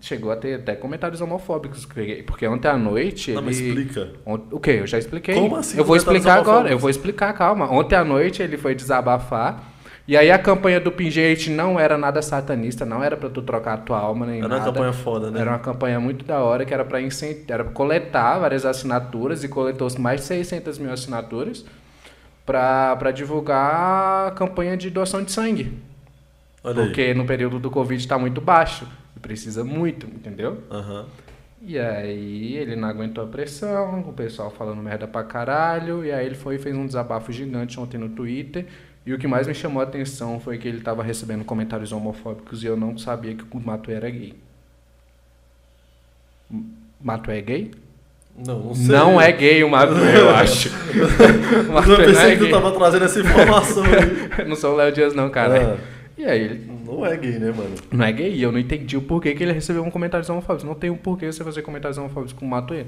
A: chegou a ter até comentários homofóbicos, porque porque ontem à noite.
C: Não, mas
A: ele-
C: explica.
A: Ont- O que? Eu já expliquei.
C: Como assim
A: Eu vou
C: comentários
A: explicar agora,
C: homofóbicos?
A: eu vou explicar, calma. Ontem à noite ele foi desabafar. E aí a campanha do Pingente não era nada satanista, não era pra tu trocar a tua alma nem
C: Era
A: nada.
C: uma campanha foda, né?
A: Era uma campanha muito da hora que era para era pra coletar várias assinaturas e coletou mais de 600 mil assinaturas para divulgar a campanha de doação de sangue.
C: Olha aí.
A: porque no período do Covid está muito baixo e precisa muito, entendeu?
C: Aham.
A: E aí ele não aguentou a pressão, o pessoal falando merda pra caralho, e aí ele foi e fez um desabafo gigante ontem no Twitter. E o que mais me chamou a atenção foi que ele tava recebendo comentários homofóbicos e eu não sabia que o Mato era gay. M- Mato é gay?
C: Não, não sei.
A: Não é gay o Mato, eu acho. O
C: Mas
A: Mato
C: eu
A: não é
C: pensei que tu
A: gay.
C: tava trazendo essa informação aí.
A: Não sou o Léo Dias não, cara. é.
C: Ah,
A: E aí ele
C: não é gay, né, mano?
A: não é gay, e eu não entendi o porquê que ele recebeu um comentário homofóbico. Não tem um porquê você fazer comentários homofóbicos com o Mato E.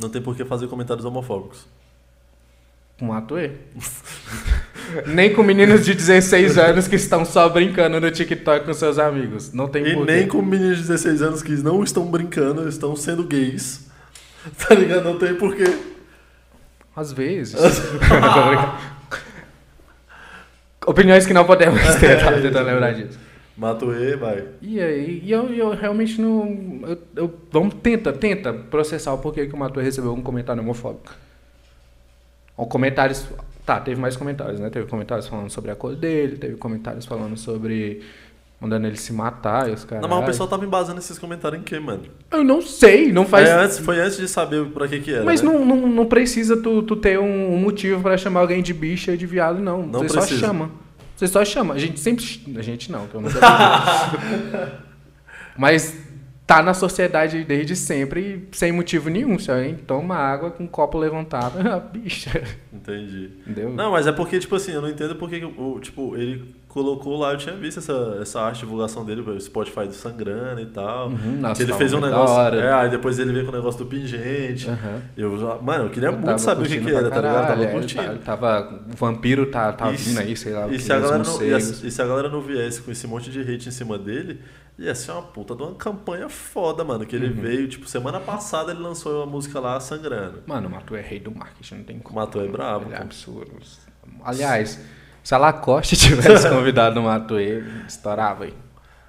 C: Não tem por que fazer comentários homofóbicos.
A: Com ato E? nem com meninos de 16 anos que estão só brincando no TikTok com seus amigos. Não tem
C: E
A: porquê.
C: nem com meninos de 16 anos que não estão brincando, estão sendo gays. Tá ligado? Não tem porquê.
A: Às vezes. Tô brincando. Opiniões que não podemos ter, tá?
C: É,
A: Tentando
C: isso.
A: lembrar disso.
C: Mato E, vai.
A: E aí, e eu, eu realmente não. Eu, eu- vamos, tenta, tenta processar o porquê que o Matheus recebeu um comentário homofóbico. Ou comentários. Tá, teve mais comentários, né? Teve comentários falando sobre a cor dele, teve comentários falando sobre. mandando ele se matar e os caras.
C: Não, mas o pessoal tava embasando esses comentários em quê, mano?
A: Eu não sei, não faz.
C: É, antes, foi antes de saber pra que que era.
A: mas
C: né?
A: não, não, não precisa tu, tu ter um, um motivo pra chamar alguém de bicha e de viado, não.
C: Não
A: Você só
C: precisa.
A: chama. Você só chama. A gente sempre. A gente não, que eu não sou bicha. Mas tá na sociedade desde sempre e sem motivo nenhum. Se alguém toma água com um copo levantado, é uma bicha.
C: Entendi.
A: Entendeu?
C: Não, mas é porque, tipo assim, eu não entendo porque, que o, tipo, ele colocou lá, eu tinha visto essa, essa arte de divulgação dele, o Spotify do Sangrana e tal.
A: Uhum, nossa,
C: que ele
A: tava
C: fez um
A: muito da
C: negócio.
A: hora.
C: É, aí depois ele veio com o negócio do pingente.
A: Aham.
C: Eu já- mano, eu queria
A: Eu tava
C: muito saber o que, que
A: curtindo
C: era,
A: pra
C: tá ligado? Eu
A: caralho,
C: Tava
A: é,
C: curtindo.
A: tá- Tava, o vampiro tá, tá
C: E
A: vindo
C: se-
A: aí, sei lá. o
C: E
A: que,
C: se, a
A: os
C: galera não, e, a,
A: morcegos.
C: e se a galera não viesse com esse monte de hate em cima dele, ia ser uma puta de uma campanha foda, mano. Que ele
A: Uhum.
C: veio, tipo, semana passada ele lançou uma música lá sangrando.
A: Mano, o Matu é rei do marketing, não tem como.
C: O Matu é brabo,
A: Ele é
C: pô.
A: absurdo. Aliás, se a Lacoste tivesse convidado o Matu, ele estourava aí.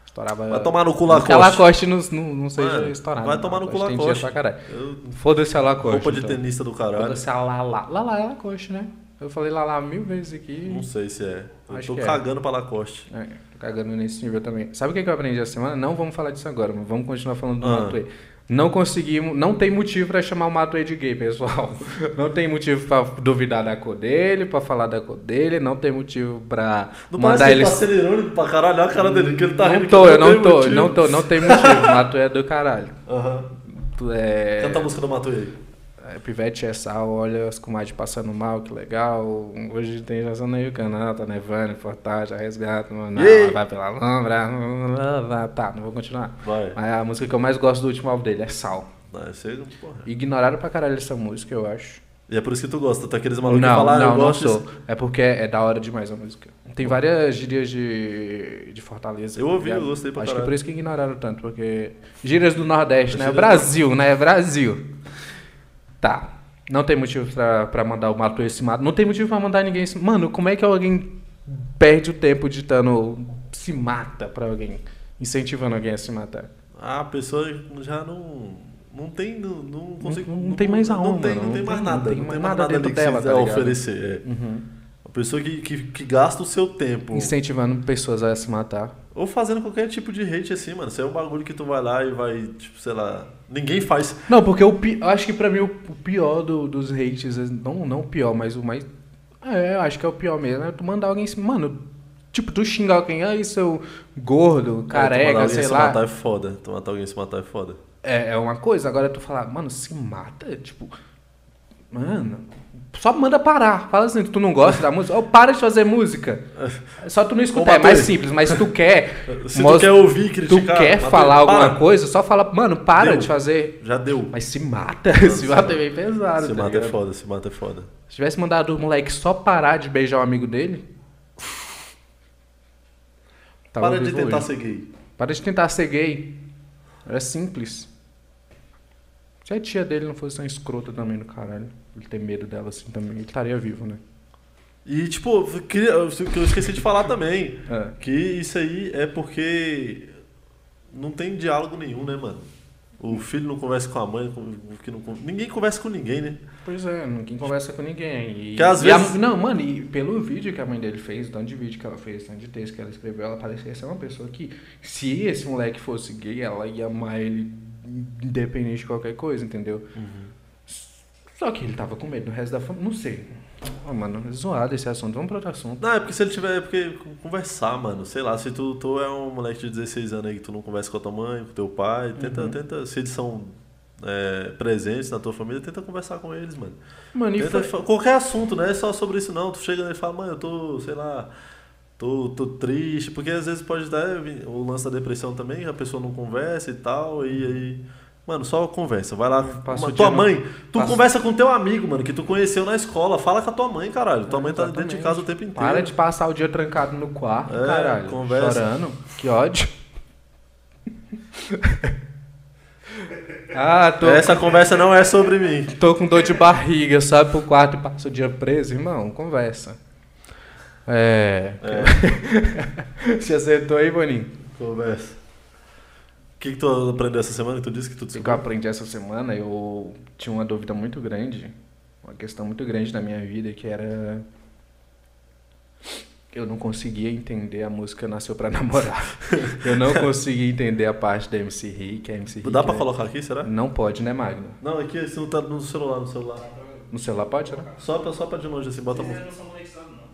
A: Estourava.
C: Vai tomar no cu
A: Que a Lacoste
C: Lacoste.
A: não, não, não seja
C: Mano,
A: estourada.
C: vai tomar no cu
A: Tem dinheiro
C: Lacoste.
A: pra caralho.
C: Eu-
A: Foda-se a Lacoste.
C: Roupa de
A: então.
C: tenista do caralho.
A: Foda-se a Lala. Lala é Lacoste, né? Eu falei Lala mil vezes aqui.
C: Não sei se é. Eu
A: Hum. Acho
C: tô
A: que é.
C: cagando pra Lacoste.
A: É, tô cagando nesse nível também. Sabe o que que eu aprendi essa semana? Não vamos falar disso agora, mas vamos continuar falando do
C: Ah.
A: Matuê. Não conseguimos, não tem motivo pra chamar o Matuê de gay, pessoal. Não tem motivo pra duvidar da cor dele, pra falar da cor dele, não tem motivo pra
C: Não
A: mandar
C: parece que
A: ele.
C: ele tá sendo irônico pra caralho. Olha a cara dele, que ele tá rindo.
A: não
C: que
A: tô, eu não
C: tem
A: tô,
C: motivo.
A: não tô, não tem motivo. Matuê é do caralho.
C: Aham.
A: Tu é.
C: Canta a música do Matuê aí.
A: É, Pivete é sal, olha as comadres passando mal, que legal. Hoje tem já no Rio Canal, tá nevando, em Fortaleza, resgata, mano.
C: Yay!
A: Vai pela lombra. Tá, não vou continuar.
C: Vai.
A: Mas a música que eu mais gosto do último álbum dele é Sal.
C: Não, esse aí, porra.
A: Ignoraram pra caralho essa música, eu acho.
C: E é por isso que tu gosta. Tá aqueles malucos que
A: Não,
C: falam, ah,
A: não, não
C: eu gosto.
A: sou.
C: disso.
A: É porque é da hora demais a música. Tem várias gírias de, de Fortaleza.
C: Eu ouvi,
A: E a-
C: eu gostei pra
A: Acho que
C: caralho.
A: por isso que ignoraram tanto, porque... Gírias do Nordeste, né?
C: Gírias do-
A: Brasil, né? Brasil. Tá. Não tem motivo pra, pra mandar o Mato esse mato. Não tem motivo pra mandar ninguém se... Mano, como é que alguém perde o tempo ditando se mata pra alguém? Incentivando alguém a se matar.
C: Ah, a pessoa já não. Não tem. Não, não, consigo,
A: não tem mais a
C: Não
A: onda,
C: tem,
A: não.
C: não tem
A: Não
C: mais
A: tem-
C: nada.
A: não tem mais nada
C: ali
A: dentro
C: que
A: dela,
C: você
A: tá ligado?
C: oferecer. É. A pessoa que, que, que gasta o seu tempo.
A: é- Incentivando pessoas a se matar.
C: Ou fazendo qualquer tipo de hate assim, mano. Isso é um bagulho que tu vai lá e vai, tipo, sei lá. Ninguém faz.
A: Não, porque eu acho que pra mim o o pior do- dos hates, eh, não, não o pior, mas o mais. É, eu acho que é o pior mesmo. É tu mandar alguém. se- Mano, tipo, tu xingar alguém, aí seu gordo,
C: É, tu mandar
A: careca,
C: alguém
A: sei
C: se
A: lá.
C: matar é foda. Tu matar alguém e se matar é foda.
A: É, é uma coisa. Agora tu falar, mano, se mata, tipo. Mano, só manda parar. Fala assim, tu não gosta da música? Ou para de fazer música. Só tu não escutar, é
C: Matheus.
A: mais simples, mas se tu quer.
C: Se tu
A: mostra-
C: quer ouvir e criticar,
A: tu quer
C: Matheus,
A: falar alguma
C: para.
A: coisa, só fala, mano, para
C: Deu.
A: de fazer.
C: Já deu.
A: Mas se mata, se mata é bem pesado.
C: Se
A: tá
C: mata é
A: ligado?
C: foda, se mata é foda.
A: Se tivesse mandado o moleque só parar de beijar o amigo dele. tava
C: Para de
A: vivo
C: tentar
A: hoje.
C: ser gay.
A: Para de tentar ser gay. Era simples. Se a tia dele não fosse tão escrota também do caralho, ele ter medo dela assim também, ele estaria vivo, né?
C: E, tipo, eu queria- eu eu esqueci de falar também
A: É.
C: que isso aí é porque não tem diálogo nenhum, né, mano? O filho não conversa com a mãe, com- que não con- ninguém conversa com ninguém, né?
A: Pois é, ninguém conversa com ninguém. E,
C: Que às
A: e a-
C: vezes-
A: não, mano, e pelo vídeo que a mãe dele fez, tanto de vídeo que ela fez, tanto de texto que ela escreveu, ela parecia ser uma pessoa que, se esse moleque fosse gay, ela ia amar ele independente de qualquer coisa, entendeu?
C: Uhum.
A: Só que ele tava com medo do resto da família. Não sei. Ah, mano, zoado esse assunto. Vamos pra outro assunto.
C: Não, é porque se ele tiver. É porque conversar, mano. Sei lá, se tu, tu é um moleque de 16 anos aí que tu não conversa com a tua mãe, com teu pai, tenta.
A: Uhum.
C: tenta se eles são é, presentes na tua família, tenta conversar com eles, mano.
A: Mano, e
C: Tenta
A: foi.
C: fa- Qualquer assunto, não é só sobre isso, não. Tu chega e fala, mano, eu tô, sei lá. Tô, tô triste, porque às vezes pode dar é, o lance da depressão também, a pessoa não conversa e tal, e aí. Mano, só conversa. Vai lá.
A: Passa
C: uma-
A: o
C: tua
A: dia no-
C: mãe, tu
A: passa-
C: conversa com teu amigo, mano, que tu conheceu na escola. Fala com a tua mãe, caralho. Tua
A: É,
C: mãe tá dentro de
A: exatamente.
C: casa o tempo inteiro.
A: Para de passar o dia trancado no quarto,
C: É,
A: caralho.
C: conversa.
A: Chorando. Que ódio. ah, tô,
C: Essa conversa não é sobre mim.
A: tô com dor de barriga, sabe? Pro quarto e passa o dia preso. Irmão, conversa. É. Você acertou aí, Boninho?
C: Conversa. O que, que tu aprendeu essa semana que tu disse que tu
A: O que eu
C: descobriu?
A: aprendi essa semana, eu tinha uma dúvida muito grande, uma questão muito grande na minha vida, que era. Eu não conseguia entender a música Nasceu Pra Namorar. eu não conseguia entender a parte da MC Rick, a MC Rick.
C: Dá pra
A: né?
C: colocar aqui, será?
A: Não pode, né, Magno?
C: Não, aqui se não tá no celular, no celular.
A: No celular pode, né?
C: Só pra, só pra de longe assim, bota a
B: Vocês
C: música.
B: não são monetizados, não.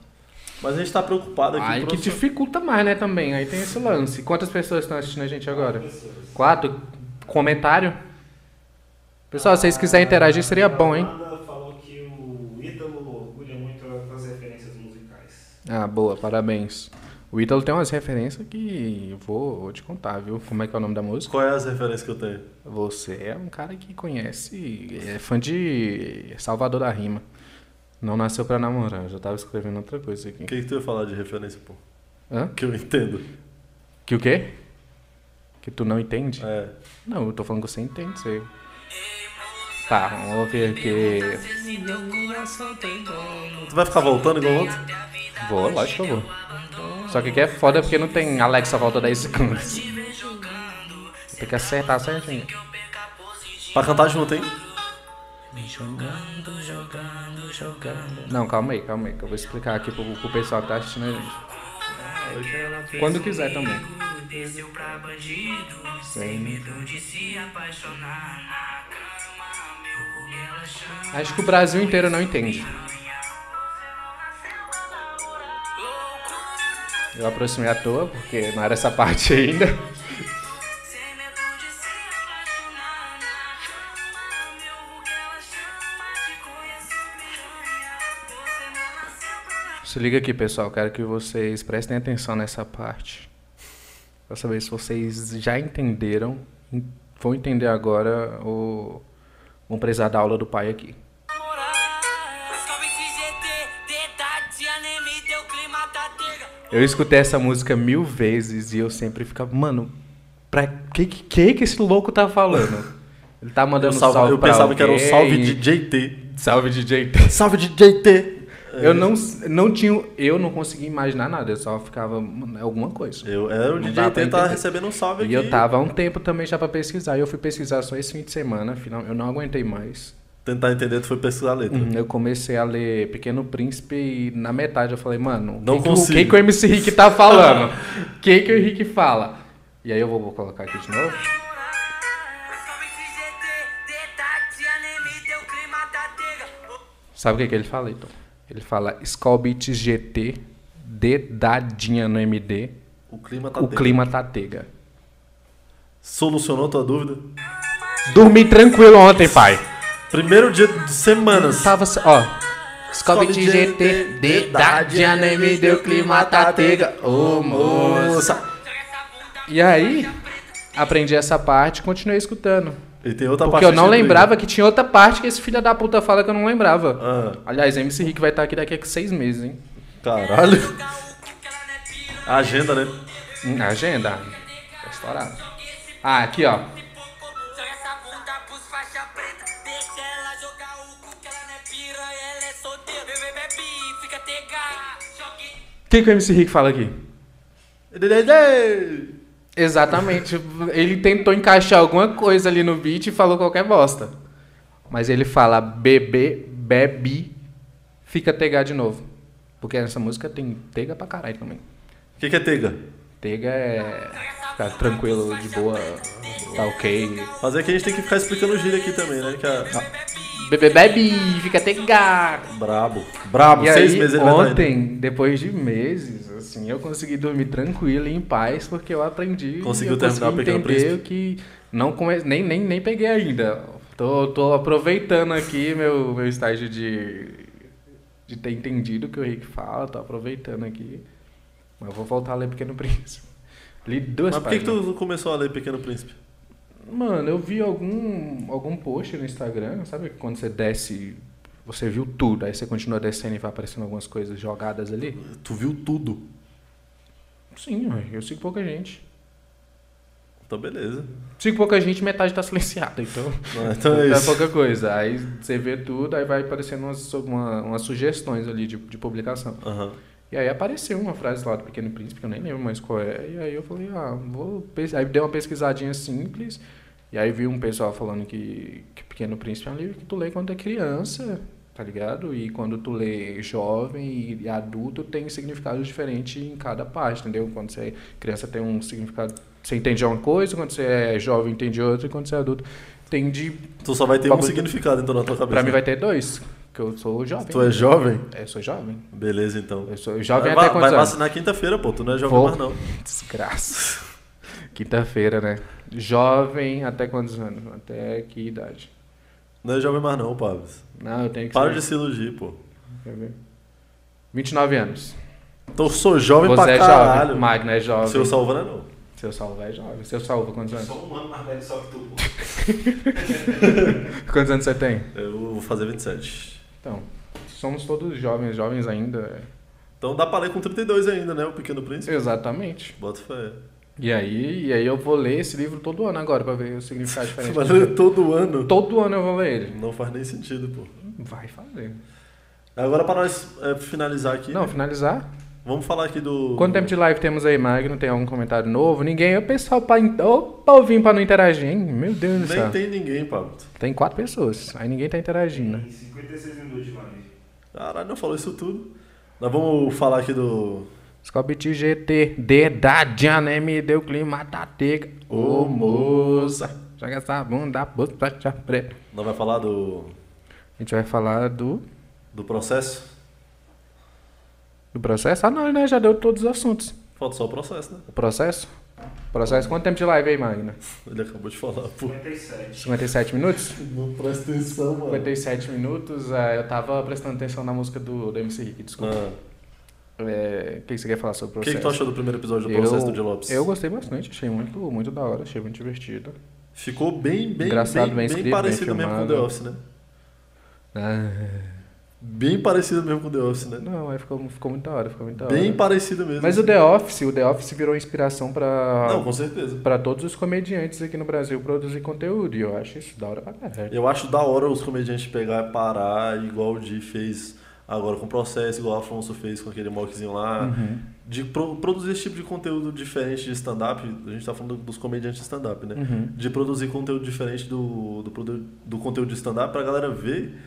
C: Mas a gente tá preocupado aqui.
A: Aí que
C: profissional-
A: dificulta mais, né, também. Aí tem esse lance. Quantas pessoas estão assistindo a gente agora?
B: Pessoas.
A: Quatro? Comentário? Pessoal, se vocês quiserem interagir, seria bom, hein?
B: A Amanda falou que o Ítalo orgulha muito as referências musicais.
A: Ah, boa, parabéns. O Ítalo tem umas referências que eu vou, vou te contar, viu? Como é que é o nome da música?
C: Qual é as referências que eu tenho?
A: Você é um cara que conhece, é fã de Salvador da Rima. Não nasceu pra namorar, eu já tava escrevendo outra coisa aqui.
C: O que, que tu ia falar de referência, pô?
A: Hã?
C: Que eu entendo.
A: Que o quê? Que tu não entende?
C: É.
A: Não, eu tô falando que você entende, você... Tá, vamos ouvir aqui.
C: Tu vai ficar voltando igual outro?
A: Vou, lógico que eu vou. Só que aqui é foda porque não tem Alexa volta 10 segundos. Tem que acertar certinho.
C: Pra cantar junto, hein?
A: Não, calma aí, calma aí, que eu vou explicar aqui pro, pro pessoal que tá assistindo a gente. Quando quiser também. Sim. Acho que o Brasil inteiro não entende. Eu aproximei à toa, porque não era essa parte ainda. Se liga aqui, pessoal. Quero que vocês prestem atenção nessa parte. Pra saber se vocês já entenderam. en- Vão entender agora ou vão precisar da aula do pai aqui. Eu escutei essa música mil vezes e eu sempre ficava, mano, pra que que, que que esse louco tá falando? Ele tá
C: Eu,
A: mandando
C: salvo-
A: salve
C: eu
A: pra
C: pensava que era um
A: alguém.
C: salve de JT.
A: Salve DJ.
C: Salve de JT!
A: Eu não, não tinha, eu não conseguia imaginar nada, eu só ficava, mano, é alguma coisa.
C: Eu era o
A: Não dá pra
C: DJ T tá
A: entender.
C: recebendo um salve aqui.
A: E eu tava há um tempo também já pra pesquisar. E eu fui pesquisar só esse fim de semana, afinal, eu não aguentei mais.
C: Tentar entender, tu foi pesquisar a letra.
A: Eu comecei a ler Pequeno Príncipe e na metade eu falei, mano,
C: Não
A: o que, que o-
C: consigo.
A: que que o MC Rick tá falando? O que, que o Rick fala? E aí eu vou, vou colocar aqui de novo. Sabe o que, que ele fala, então? Ele fala Skull Beats GT, dedadinha no MD,
C: O clima tá
A: o
C: tenso.
A: clima tá tega.
C: Solucionou tua dúvida?
A: Dormi tranquilo ontem, pai.
C: Primeiro dia de semanas.
A: Tava, se- ó. Scooby de GT, dedadinha no MD, o clima tá tega. Ô, moça. E aí, aprendi essa parte e continuei escutando.
C: E tem outra
A: Porque
C: parte
A: eu não
C: escrita aí.
A: lembrava que tinha outra parte que esse filho da puta fala que eu não lembrava.
C: Ah,
A: Aliás, MC Rick vai estar aqui daqui a seis meses, hein?
C: caralho. A agenda, né?
A: Hum, Agenda. Tá estourado. Ah, aqui, ó. O que, que o MC Rick fala aqui?
C: Dedede!
A: Exatamente. Ele tentou encaixar alguma coisa ali no beat e falou qualquer bosta. Mas ele fala bebê, bebe, fica tega de novo. Porque essa música tem tega pra caralho também.
C: O que, que é tega?
A: Tega é ficar tranquilo, de boa, tá ok.
C: Fazer é que a gente tem que ficar explicando o gíria aqui também, né? Que é...
A: Bebê, bebe, fica tega.
C: Brabo. Brabo,
A: E
C: seis
A: aí,
C: meses ele vai né? estar
A: ontem, depois de meses, assim, eu consegui dormir tranquilo e em paz, porque eu aprendi.
C: Conseguiu
A: eu
C: terminar
A: consegui
C: Pequeno
A: entender o que não come... nem, nem, nem peguei ainda. Tô, tô aproveitando aqui meu, meu estágio de, de ter entendido o que o Rick fala, tô aproveitando aqui. Mas eu vou voltar a ler Pequeno Príncipe. Li duas
C: Mas por que, que
A: páginas.
C: tu começou a ler Pequeno Príncipe?
A: Mano, eu vi algum, algum post no Instagram, sabe? Quando você desce, você viu tudo, aí você continua descendo e vai aparecendo algumas coisas jogadas ali?
C: Tu viu tudo.
A: Sim, ué, eu sigo pouca gente.
C: Então, beleza.
A: Sigo pouca gente, metade tá silenciada, então.
C: Ah, Então é
A: tá
C: isso.
A: pouca coisa. Aí você vê tudo, aí vai aparecendo umas, uma- umas sugestões ali de, de publicação.
C: Aham.
A: E aí apareceu uma frase lá do Pequeno Príncipe, que eu nem lembro mais qual é. E aí eu falei, ah, vou. pes- Aí dei uma pesquisadinha simples. E aí vi um pessoal falando que, que Pequeno Príncipe é um livro que tu lê quando é criança, tá ligado? E quando tu lê jovem e adulto, tem significados diferentes em cada parte, entendeu? Quando você é criança tem um significado. Você entende uma coisa, quando você é jovem entende outra, e quando você é adulto entende.
C: Tu só vai ter um
A: Papo-
C: significado então na tua cabeça.
A: Pra mim vai ter dois, que eu sou jovem.
C: Tu é jovem?
A: Eu sou jovem.
C: Beleza, então.
A: Eu sou jovem
C: vai,
A: até quantos
C: vai
A: anos?
C: vacinar quinta-feira, pô. Tu não é jovem
A: Vou.
C: mais, não.
A: Desgraça. Quinta-feira, né? Jovem até quantos anos? Até que idade?
C: Não é jovem mais, não, Pabs.
A: Não, eu tenho que
C: Para de
A: saber.
C: se iludir, pô.
A: Quer ver? 29 anos.
C: Então eu sou jovem
A: Você
C: pra
A: é
C: caralho.
A: jovem. Magno é jovem.
C: Seu Salvana, não.
A: Seu salvo é jovem. Seu salvo, quantos
B: Eu
A: anos?
B: sou um ano mais velho só que tu. pô.
A: Quantos anos você tem?
C: Eu vou fazer 27.
A: Então, somos todos jovens, jovens ainda.
C: Então dá pra ler com 32 ainda, né? O Pequeno Príncipe.
A: Exatamente.
C: Bota fé.
A: E aí, e aí eu vou ler esse livro todo ano agora, pra ver o significado
C: Tu
A: diferente.
C: vai ler todo ano.
A: Todo ano eu vou ler ele.
C: Não faz nem sentido, pô.
A: Vai fazer.
C: Agora pra nós é, finalizar aqui,
A: Não,
C: né?
A: finalizar,
C: vamos falar aqui do...
A: Quanto tempo de live temos aí, Magno? Tem algum comentário novo? Ninguém? O pessoal pra, in- Ô, povinho pra não interagir, hein? Meu Deus do
C: Nem
A: céu. Tem...
C: tem ninguém, Pablo.
A: quatro pessoas, aí ninguém tá interagindo. né?
B: Tem 56 minutos de manejo.
C: Caralho, não falou isso tudo. Nós vamos falar aqui do...
A: Scobit GT, dedadinha, né? Me deu clima da teca. Ô, moça, joga essa bunda, puta, tia preta.
C: Nós vai falar do...
A: A gente vai falar do,
C: Do processo?
A: do processo? Ah, não, né? Já deu todos os assuntos.
C: Falta só o processo, né?
A: O processo? Processo, quanto tempo de live aí, Magno?
C: Ele acabou de falar, pô.
B: 57.
A: 57 minutos?
C: Não presta atenção, mano.
A: 57 minutos, ah, eu tava prestando atenção na música do, do MC Rick, desculpa.
C: Ah,
A: É, o que você quer falar sobre o
C: o que,
A: processo?
C: que tá tu achou do primeiro episódio do processo do Di Lopes?
A: Eu gostei bastante, achei muito, muito da hora, achei muito divertido.
C: Ficou bem, bem,
A: Engraçado,
C: bem,
A: bem
C: bem,
A: escrito, bem
C: parecido mesmo com o The
A: filmado.
C: Office, né? Ah. Bem parecido mesmo com o The Office, né?
A: Não, aí ficou, ficou muito da hora, ficou muito da hora.
C: Bem parecido mesmo.
A: Mas o The Office, o The Office virou inspiração
C: Não,
A: pra
C: com certeza.
A: para todos os comediantes aqui no Brasil produzir conteúdo, e eu acho isso da hora pra caralho.
C: Eu acho da hora os comediantes pegar e parar, igual o Di fez agora com o processo, igual o Afonso fez com aquele mockzinho lá.
A: Uhum.
C: De pro- produzir esse tipo de conteúdo diferente de stand-up. A gente tá falando dos comediantes de stand-up, né?
A: Uhum.
C: de produzir conteúdo diferente do, do, produ- do conteúdo de stand-up pra galera ver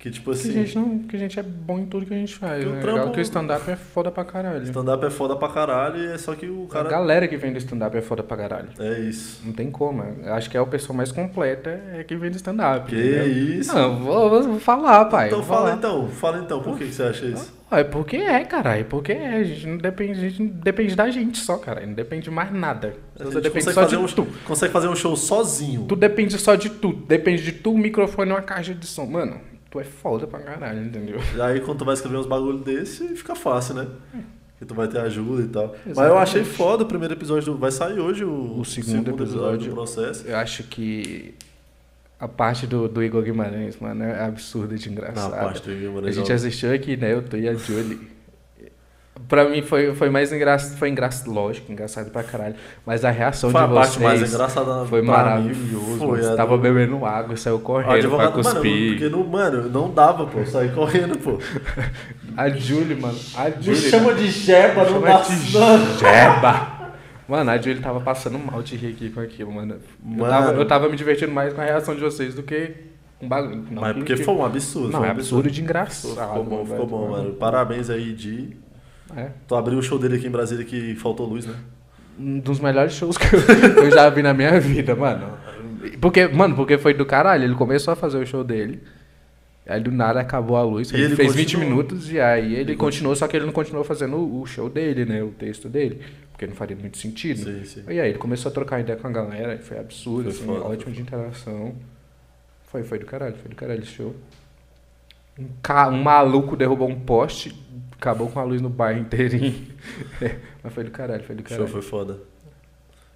C: que,
A: Que,
C: tipo
A: a
C: assim,
A: gente não, que a gente é bom em tudo que a gente faz,
C: Que o
A: né?
C: trampo-
A: Legal que o stand-up é foda pra caralho.
C: stand-up é foda pra caralho e é só que o
A: A
C: cara.
A: galera que vem do stand-up é foda pra caralho.
C: É isso.
A: Não tem como, eu acho que é a pessoa mais completa é quem vem do stand-up.
C: Que
A: entendeu?
C: isso.
A: Não, vou, vou- vou falar, pai.
C: então
A: vou
C: fala
A: falar.
C: então, fala então, por que, que você acha isso?
A: Ah, É porque é, caralho. Porque é. A gente não depende, a gente não depende da gente só, cara. Não depende de mais nada. Você
C: A gente
A: depende
C: consegue
A: só
C: fazer,
A: de
C: um,
A: tu.
C: consegue fazer um show sozinho.
A: Tu depende só de tu. Depende de tu, microfone e uma caixa de som. Mano, tu é foda pra caralho, entendeu?
C: Aí quando tu vai escrever uns bagulho desse, fica fácil, né? Que tu vai ter ajuda e tal. Mas eu
A: Hum. Exatamente.
C: achei foda o primeiro episódio. do- Vai sair hoje o,
A: O segundo episódio.
C: do processo.
A: Eu acho que a parte do, do Igor Guimarães, mano, é absurda de
C: Na
A: engraçada.
C: parte do Igor é
A: a é
C: Moreira.
A: gente assistiu aqui, né? Eu tô e a Julie. Pra mim foi, foi mais engraçado. Foi engraçado, lógico, engraçado pra caralho. Mas a reação
C: Foi a
A: de
C: parte
A: vocês
C: mais engraçada né?
A: foi
C: pra
A: maravilhoso.
C: mim,
A: Você
C: foi a
A: tava
C: do-
A: bebendo água e saiu
C: O
A: correndo pra
C: advogado, mano,
A: cuspir.
C: porque não, mano, não dava, pô, sair correndo, pô.
A: A Julie, mano. A Julie.
C: Me chama de jeba, não
A: né? Chama
C: dá
A: de
C: não.
A: Jeba. Mano, a Julie tava passando mal de rir aqui com aquilo, mano. Eu,
C: Mano.
A: tava, eu tava me divertindo mais com a reação de vocês do que com bagulho. Não
C: Mas
A: que-
C: porque
A: que-
C: foi um absurdo,
A: Não,
C: foi
A: é
C: um
A: absurdo Ah, de
C: Ficou
A: engraçado.
C: bom, ficou
A: velho.
C: bom, mano. Parabéns aí, Di.
A: É.
C: Tu abriu o show dele aqui em Brasília que faltou luz, né?
A: Um dos melhores shows que eu, que eu já vi na minha vida, mano. Porque, mano, porque foi do caralho. Ele começou a fazer o show dele. Aí do nada acabou a luz.
C: E
A: Ele,
C: ele
A: fez
C: continuou.
A: 20 minutos e aí ele continuou, só que ele não continuou fazendo o o show dele, né? O texto dele. Porque não faria muito sentido.
C: Sim, sim.
A: E aí ele começou a trocar ideia com a galera, e foi absurdo,
C: Foi
A: assim,
C: foda, foi
A: ótimo de interação. Foi, foi do caralho, foi do caralho esse show. Um, ca- um maluco derrubou um poste, acabou com a luz no bairro inteirinho. É, Mas foi do caralho, foi do
C: O show
A: caralho.
C: foi foda.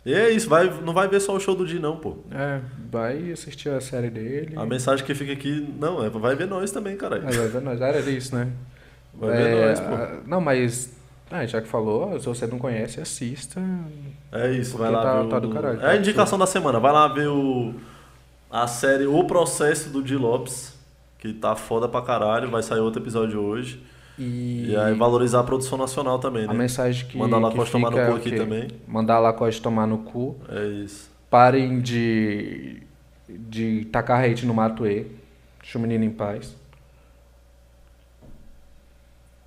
C: E é isso, vai, não vai ver só o show do Di, não, pô.
A: É, vai assistir a série dele.
C: A mensagem que fica aqui, não, é, vai ver nós também, caralho.
A: Mas vai ver nós, era isso, né?
C: Vai ver
A: É,
C: nós, pô.
A: a- Não, mas. Ah, já que falou, se você não conhece, assista.
C: É isso, vai
A: Porque
C: lá
A: tá-
C: ver. o-
A: tá do caralho,
C: é
A: tá
C: a indicação da semana. Vai lá ver o, a série O Processo do Di Lopes, que tá foda pra caralho. Vai sair outro episódio hoje.
A: E,
C: E, aí valorizar a produção nacional também,
A: a
C: né?
A: mensagem que.
C: Mandar a
A: que
C: Lacoste tomar no
A: fica é
C: cu
A: o
C: aqui
A: quê?
C: também.
A: Mandar a Lacoste tomar no cu.
C: É isso.
A: Parem de. de tacar hate no Matuê. Deixa o menino em paz.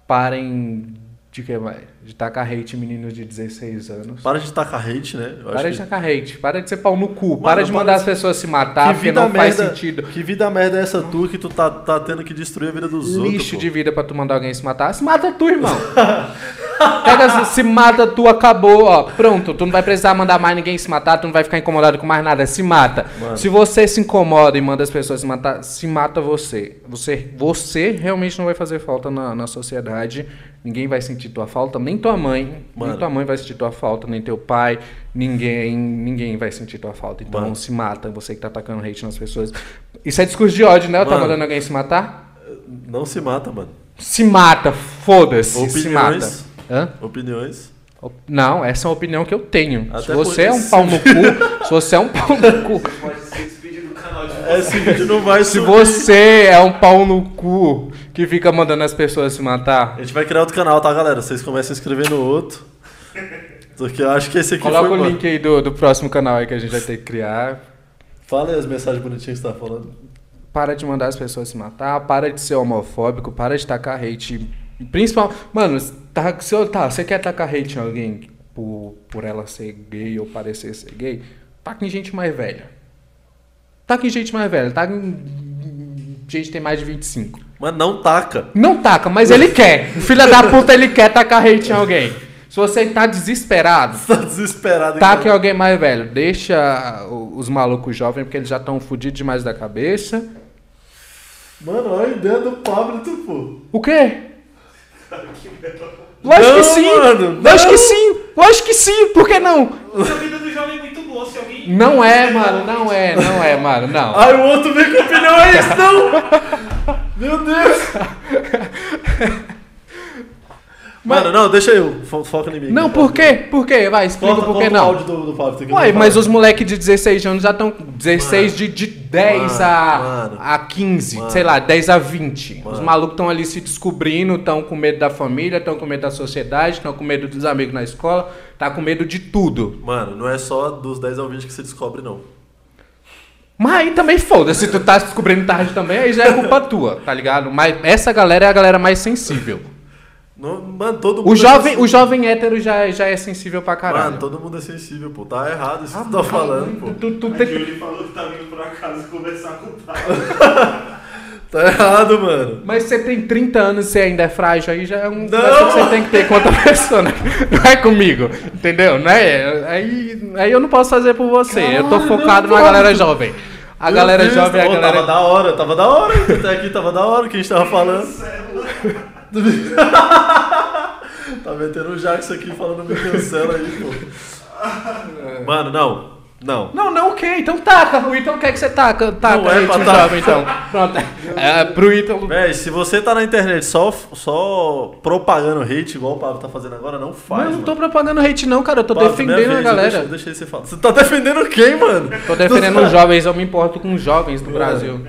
A: Parem de que mais? De tacar hate em meninos de 16 anos.
C: Para de tacar hate, né? Eu acho
A: Para
C: que-
A: de tacar hate, para de ser pau no cu,
C: Mano,
A: para de
C: para
A: mandar
C: de-
A: as pessoas se matar, porque não faz sentido.
C: Que vida merda é essa tua que tu tá, tá tendo que destruir a vida dos outros?
A: Lixo
C: pô?
A: de vida pra tu mandar alguém se matar, se mata tu, irmão. Pega, se mata tu, acabou, ó. Pronto, tu não vai precisar mandar mais ninguém se matar, tu não vai ficar incomodado com mais nada, se mata.
C: Mano.
A: Se você se incomoda e manda as pessoas se matar, se mata você. Você, você realmente não vai fazer falta na, na sociedade, ninguém vai sentir tua falta, nem tua mãe,
C: Mano.
A: nem tua mãe vai sentir tua falta, nem teu pai, ninguém, ninguém vai sentir tua falta. Então
C: Mano.
A: se mata, você que tá atacando hate nas pessoas. Isso é discurso de ódio, né? Eu tá
C: Mano.
A: mandando alguém se matar?
C: Não se mata, mano.
A: Se mata, foda-se, se mata.
C: Opiniões.
A: Hã?
C: Opiniões.
A: Op- Não, essa é a opinião que eu tenho.
C: Até
A: se você é um
C: por-
A: pau no cu, se você é um pau no cu,
B: Pode se despedir do canal de
C: É.
B: vocês.
C: Esse vídeo não vai
A: se
C: subir.
A: você é um pau no cu que fica mandando as pessoas se matar,
C: A gente vai criar outro canal, tá, galera? Vocês começam a se inscrever no outro. Porque eu acho que esse aqui
A: coloca
C: foi...
A: o
C: bom.
A: link aí do, do próximo canal aí que a gente vai ter que criar.
C: Fala aí as mensagens bonitinhas que você tá falando.
A: Para de mandar as pessoas se matar, para de ser homofóbico, para de tacar hate. Principal, mano, tá, se eu, tá, você quer tacar hate em alguém por, por ela ser gay ou parecer ser gay, taca em gente mais velha. Taca em gente mais velha, taca em gente que tem mais de 25.
C: Mas não taca.
A: Não taca, mas ele quer. O filho da puta, ele quer tacar hate em alguém. Se você tá desesperado,
C: Você tá desesperado.
A: Tá
C: hein,
A: que alguém mais velho. Deixa o- os malucos jovens, porque eles já estão fodidos demais da cabeça.
C: Mano, olha a ideia do Pablo, tu, pô.
A: O quê? Lógico
C: Não,
A: que sim!
C: mano,
A: Lógico
C: não.
A: que sim! Lógico que sim! Por que não?
B: Mas a vida do jovem é muito boa, se alguém.
A: Não é, mano, não é, não é, mano, não.
C: Ai, o outro vem com opinião, é isso, não! Meu Deus! Mano, não, deixa eu. Fo- Foca em mim.
A: Não, por quê? Por quê? Vai, explica
C: Corta,
A: por
C: corta
A: que
C: o áudio
A: não.
C: do, do Pablo. tem que
A: Ué,
C: não
A: mas
C: falar.
A: os moleques de 16 anos já estão. 16 de, de 10 a,
C: mano,
A: a 15,
C: mano.
A: sei lá, 10 a 20. Os
C: Mano.
A: malucos estão ali se descobrindo, estão com medo da família, estão com medo da sociedade, estão com medo dos amigos na escola, tá com medo de tudo.
C: Mano, não é só dos 10 ao 20 que você descobre, não.
A: Mas aí também foda-se, tu tá se descobrindo tarde também, aí já é culpa tua, tá ligado? Mas essa galera é a galera mais sensível.
C: Não- mano, todo mundo.
A: O jovem,
C: é
A: o jovem hétero já, já é sensível pra caralho. Ah,
C: Mano, todo mundo é sensível, pô. Tá errado isso que tu tá falando, pô.
A: Tu, tu
B: A
A: tem-
B: Julie falou que tava indo pra casa conversar com o Pablo.
C: Tá errado, mano.
A: Mas você tem 30 anos e você ainda é frágil, aí já é um
C: Não!
A: negócio que você tem que ter com outra pessoa, né? Não é comigo, entendeu? Não é, aí, aí eu não posso fazer por você, eu tô
C: Caralho,
A: focado na
C: mano.
A: galera jovem. A
C: Meu
A: galera
C: Deus,
A: jovem é a
C: pô,
A: galera...
C: Tava da hora, tava da hora. Até aqui tava da hora o que a gente tava falando.
B: é
C: tá metendo o Jackson aqui falando me cancela aí, pô. Mano, não. Não.
A: Não, não, ok. Então taca. O Ítalo quer que você taca. taca
C: Não é
A: aí,
C: pra
A: Tim
C: tacar.
A: Jovem, então. Pronto. É, pro Ítalo.
C: Véi, se você tá na internet só, só propagando hate, igual o Pablo tá fazendo agora, não faz.
A: Mas eu não tô
C: mano.
A: propagando hate, não, cara. Eu tô
C: Pablo, minha
A: defendendo a
C: vez,
A: galera.
C: Deixa, deixa aí você falar. Você tá defendendo quem, mano?
A: Tô defendendo os jovens. Eu me importo com os jovens do Brasil.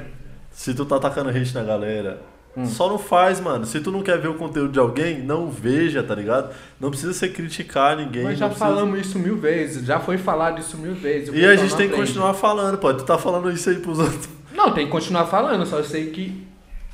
C: Se tu tá atacando hate na galera,
A: Hum.
C: só não faz, mano. Se tu não quer ver o conteúdo de alguém, não veja, tá ligado? Não precisa você criticar ninguém.
A: Nós já
C: não precisa-
A: falamos isso mil vezes. Já foi falado isso mil vezes. o
C: E a
A: pessoal
C: gente
A: não
C: tem que
A: aprende.
C: continuar falando, pô. Tu tá falando isso aí pros outros.
A: Não, tem que continuar falando. Só sei que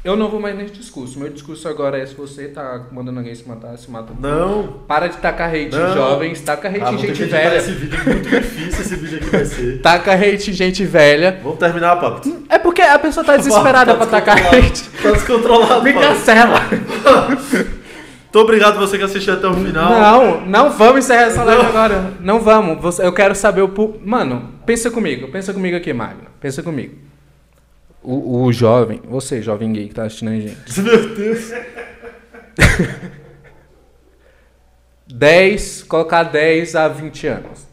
A: eu não vou mais nesse discurso. Meu discurso agora é se você tá mandando alguém se matar, se mata.
C: Não.
A: Para de tacar hate em
C: Não.
A: jovens. Taca hate
C: Ah,
A: em
C: vamos ter que
A: gente
C: editar
A: velha.
C: Esse vídeo é muito difícil, esse vídeo aqui vai ser.
A: Taca hate em gente velha.
C: Vamos terminar, Pablo.
A: É porque a pessoa tá desesperada pra tacar hate.
C: Tá descontrolado,
A: Me
C: Pablo.
A: cancela.
C: Muito obrigado você que assistiu até o final.
A: Não, não vamos encerrar essa live agora. Não vamos. Você- Eu quero saber o. pu- Mano, pensa comigo. Pensa comigo aqui, Magno. Pensa comigo. O, o jovem, você, jovem gay que tá assistindo a gente.
C: Meu Deus.
A: 10, colocar 10 a 20 anos.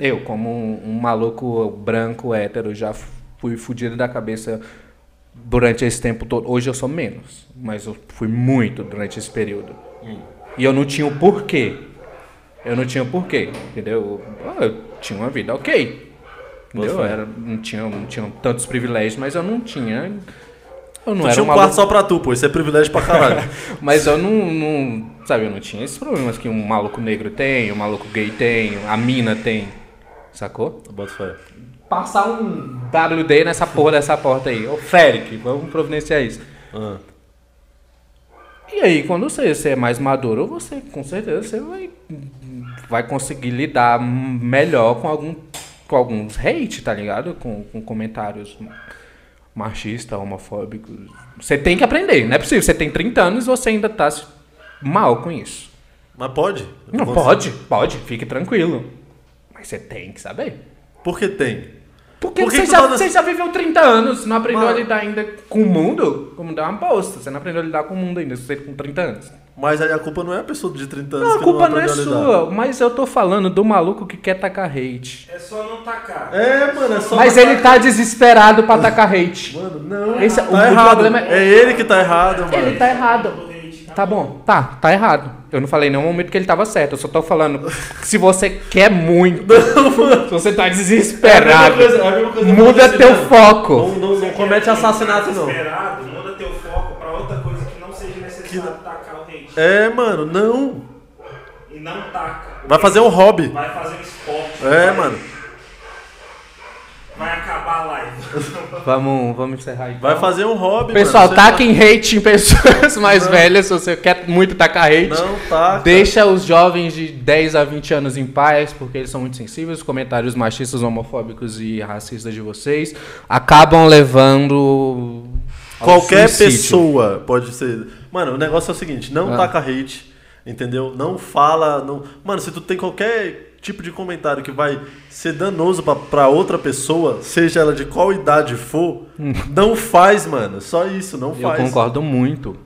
A: Eu, como um, um maluco branco hétero, já fui fudido da cabeça durante esse tempo todo. Hoje eu sou menos, mas eu fui muito durante esse período. E eu não tinha o porquê. Eu não tinha o porquê, entendeu? Ah, Eu, eu tinha uma vida ok. Entendeu? Eu
C: Boa fé.
A: era, não, tinha, não tinha tantos privilégios, mas eu não tinha. Eu não
C: Tu
A: era
C: tinha um
A: maluco-
C: quarto só pra tu, pô. Isso é privilégio pra caralho.
A: mas eu não, não- Sabe, eu não tinha esses problemas que um maluco negro tem, um maluco gay tem, a mina tem. Sacou?
C: Bota fé.
A: Passar um WD nessa porra dessa porta aí. Ô, Féric, vamos providenciar isso.
C: Ah.
A: E aí, quando você, você é mais maduro, você com certeza você vai, vai conseguir lidar melhor com, algum, com alguns hate, tá ligado? Com, com comentários machistas, homofóbicos. Você tem que aprender, não é possível. Você tem 30 anos e você ainda tá se- mal com isso.
C: Mas pode?
A: Não,
C: Você-
A: pode, pode, fique tranquilo. Mas você tem que saber.
C: Por que tem?
A: Porque
C: Por que
A: você,
C: que tu
A: já,
C: tá nas-
A: você já viveu 30 anos, não aprendeu
C: Mano.
A: a lidar ainda com o mundo? Como dá uma bosta, você não aprendeu a lidar com o mundo ainda, você com 30 anos.
C: Mas aí a culpa não é a pessoa de 30 anos
A: Não, a
C: que
A: culpa não é
C: aprendeu a lidar.
A: sua, mas eu tô falando do maluco que quer tacar hate.
B: É só não tacar.
C: É, mano, é só.
A: Mas
C: matar-
A: ele tá desesperado pra tacar hate.
C: Mano, não.
A: Esse é-
C: tá
A: o- o
C: errado.
A: problema
C: é...
A: é-
C: ele que tá errado, mano.
A: Ele tá errado. Tá bom, tá, tá errado. Eu não falei em nenhum momento que ele tava certo, eu só tô falando que se você quer muito, se você tá desesperado, muda teu foco.
C: Não, não, não comete assassinato, não.
B: Desesperado, muda teu foco pra outra coisa que não seja necessário tacar o hate.
C: É, mano, não.
B: E não taca.
C: Vai fazer um hobby.
B: Vai fazer um esporte.
C: É,
B: vai-
C: mano.
B: Vai acabar a live.
A: Vamos, vamos encerrar então.
C: Vai fazer um hobby,
A: Pessoal, tá
C: mano. Você
A: taquem hate em pessoas mais velhas, se você quer muito tacar hate.
C: Não, tá.
A: Deixa os jovens de 10 a 20 anos em paz, porque eles são muito sensíveis. Os comentários machistas, homofóbicos e racistas de vocês acabam levando. ao
C: Qualquer
A: suicídio.
C: pessoa pode ser. Mano, o negócio é o seguinte: não
A: Ah.
C: taca hate, entendeu? Não fala. Não... Mano, se tu tem qualquer tipo de comentário que vai ser danoso pra, pra outra pessoa, seja ela de qual idade for, não faz, mano. Só isso, não
A: Hum. Eu
C: faz.
A: concordo muito.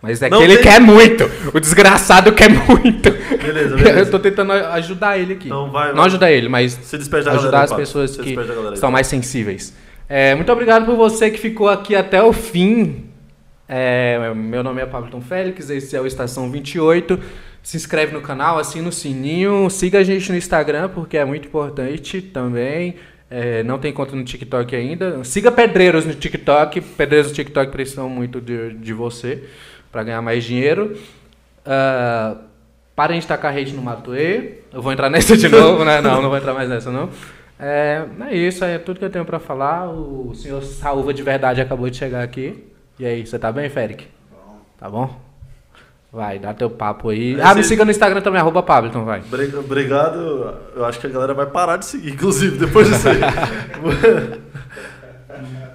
A: Mas é
C: Não
A: que ele
C: tem-
A: quer muito. O desgraçado quer muito.
C: Beleza, beleza.
A: Eu tô tentando ajudar ele aqui.
C: Então vai,
A: Não
C: vai.
A: ajudar ele, mas
C: Se despede da
A: ajudar
C: galera,
A: as
C: Pato.
A: pessoas
C: Se
A: que
C: despede da galera aí.
A: estão mais sensíveis. É, muito obrigado por você que ficou aqui até o fim. É, meu nome é Pablo Félix, esse é o Estação 28. Se inscreve no canal, assina o sininho, siga a gente no Instagram, porque é muito importante também. É, não tem conta no TikTok ainda. Siga Pedreiros no TikTok. Pedreiros no TikTok precisam muito de, de você para ganhar mais dinheiro. Ah, parem de tacar hate no Matuê. Eu vou entrar nessa de novo, né? Não, não vou entrar mais nessa, não. É, é isso, é tudo que eu tenho pra falar. O senhor Saúva de verdade acabou de chegar aqui. E aí, você tá bem, Féric? Tá bom? Vai, dá teu papo aí. Ah, me
C: Esse-
A: siga no Instagram também, arroba Pablo, então vai.
C: Bre- Obrigado. Eu acho que a galera vai parar de seguir, inclusive, depois disso aí.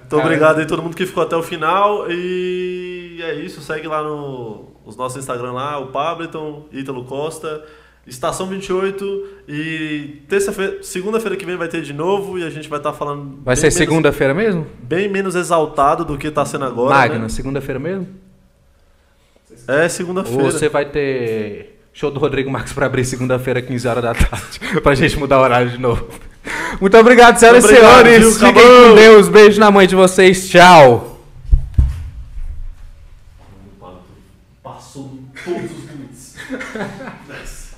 C: Muito obrigado aí todo mundo que ficou até o final. E é isso. Segue lá no os nossos Instagram lá, o Pableton, Ítalo Costa, Estação 28. E terça-feira, segunda-feira que vem vai ter de novo e a gente vai estar falando.
A: Vai
C: bem
A: ser
C: menos-
A: segunda-feira mesmo?
C: Bem menos exaltado do que tá sendo agora.
A: Magno,
C: né?
A: segunda-feira mesmo?
C: É
A: Ou
C: segunda-feira.
A: você vai ter show do Rodrigo Marques pra abrir segunda-feira, 15 horas da tarde, pra gente mudar o horário de novo. Muito obrigado, senhoras
C: Muito obrigado,
A: e
C: viu?
A: senhores. Fiquem
C: Acabou.
A: com Deus. Beijo na mãe de vocês. Tchau.
C: Passou todos os limites. Nice.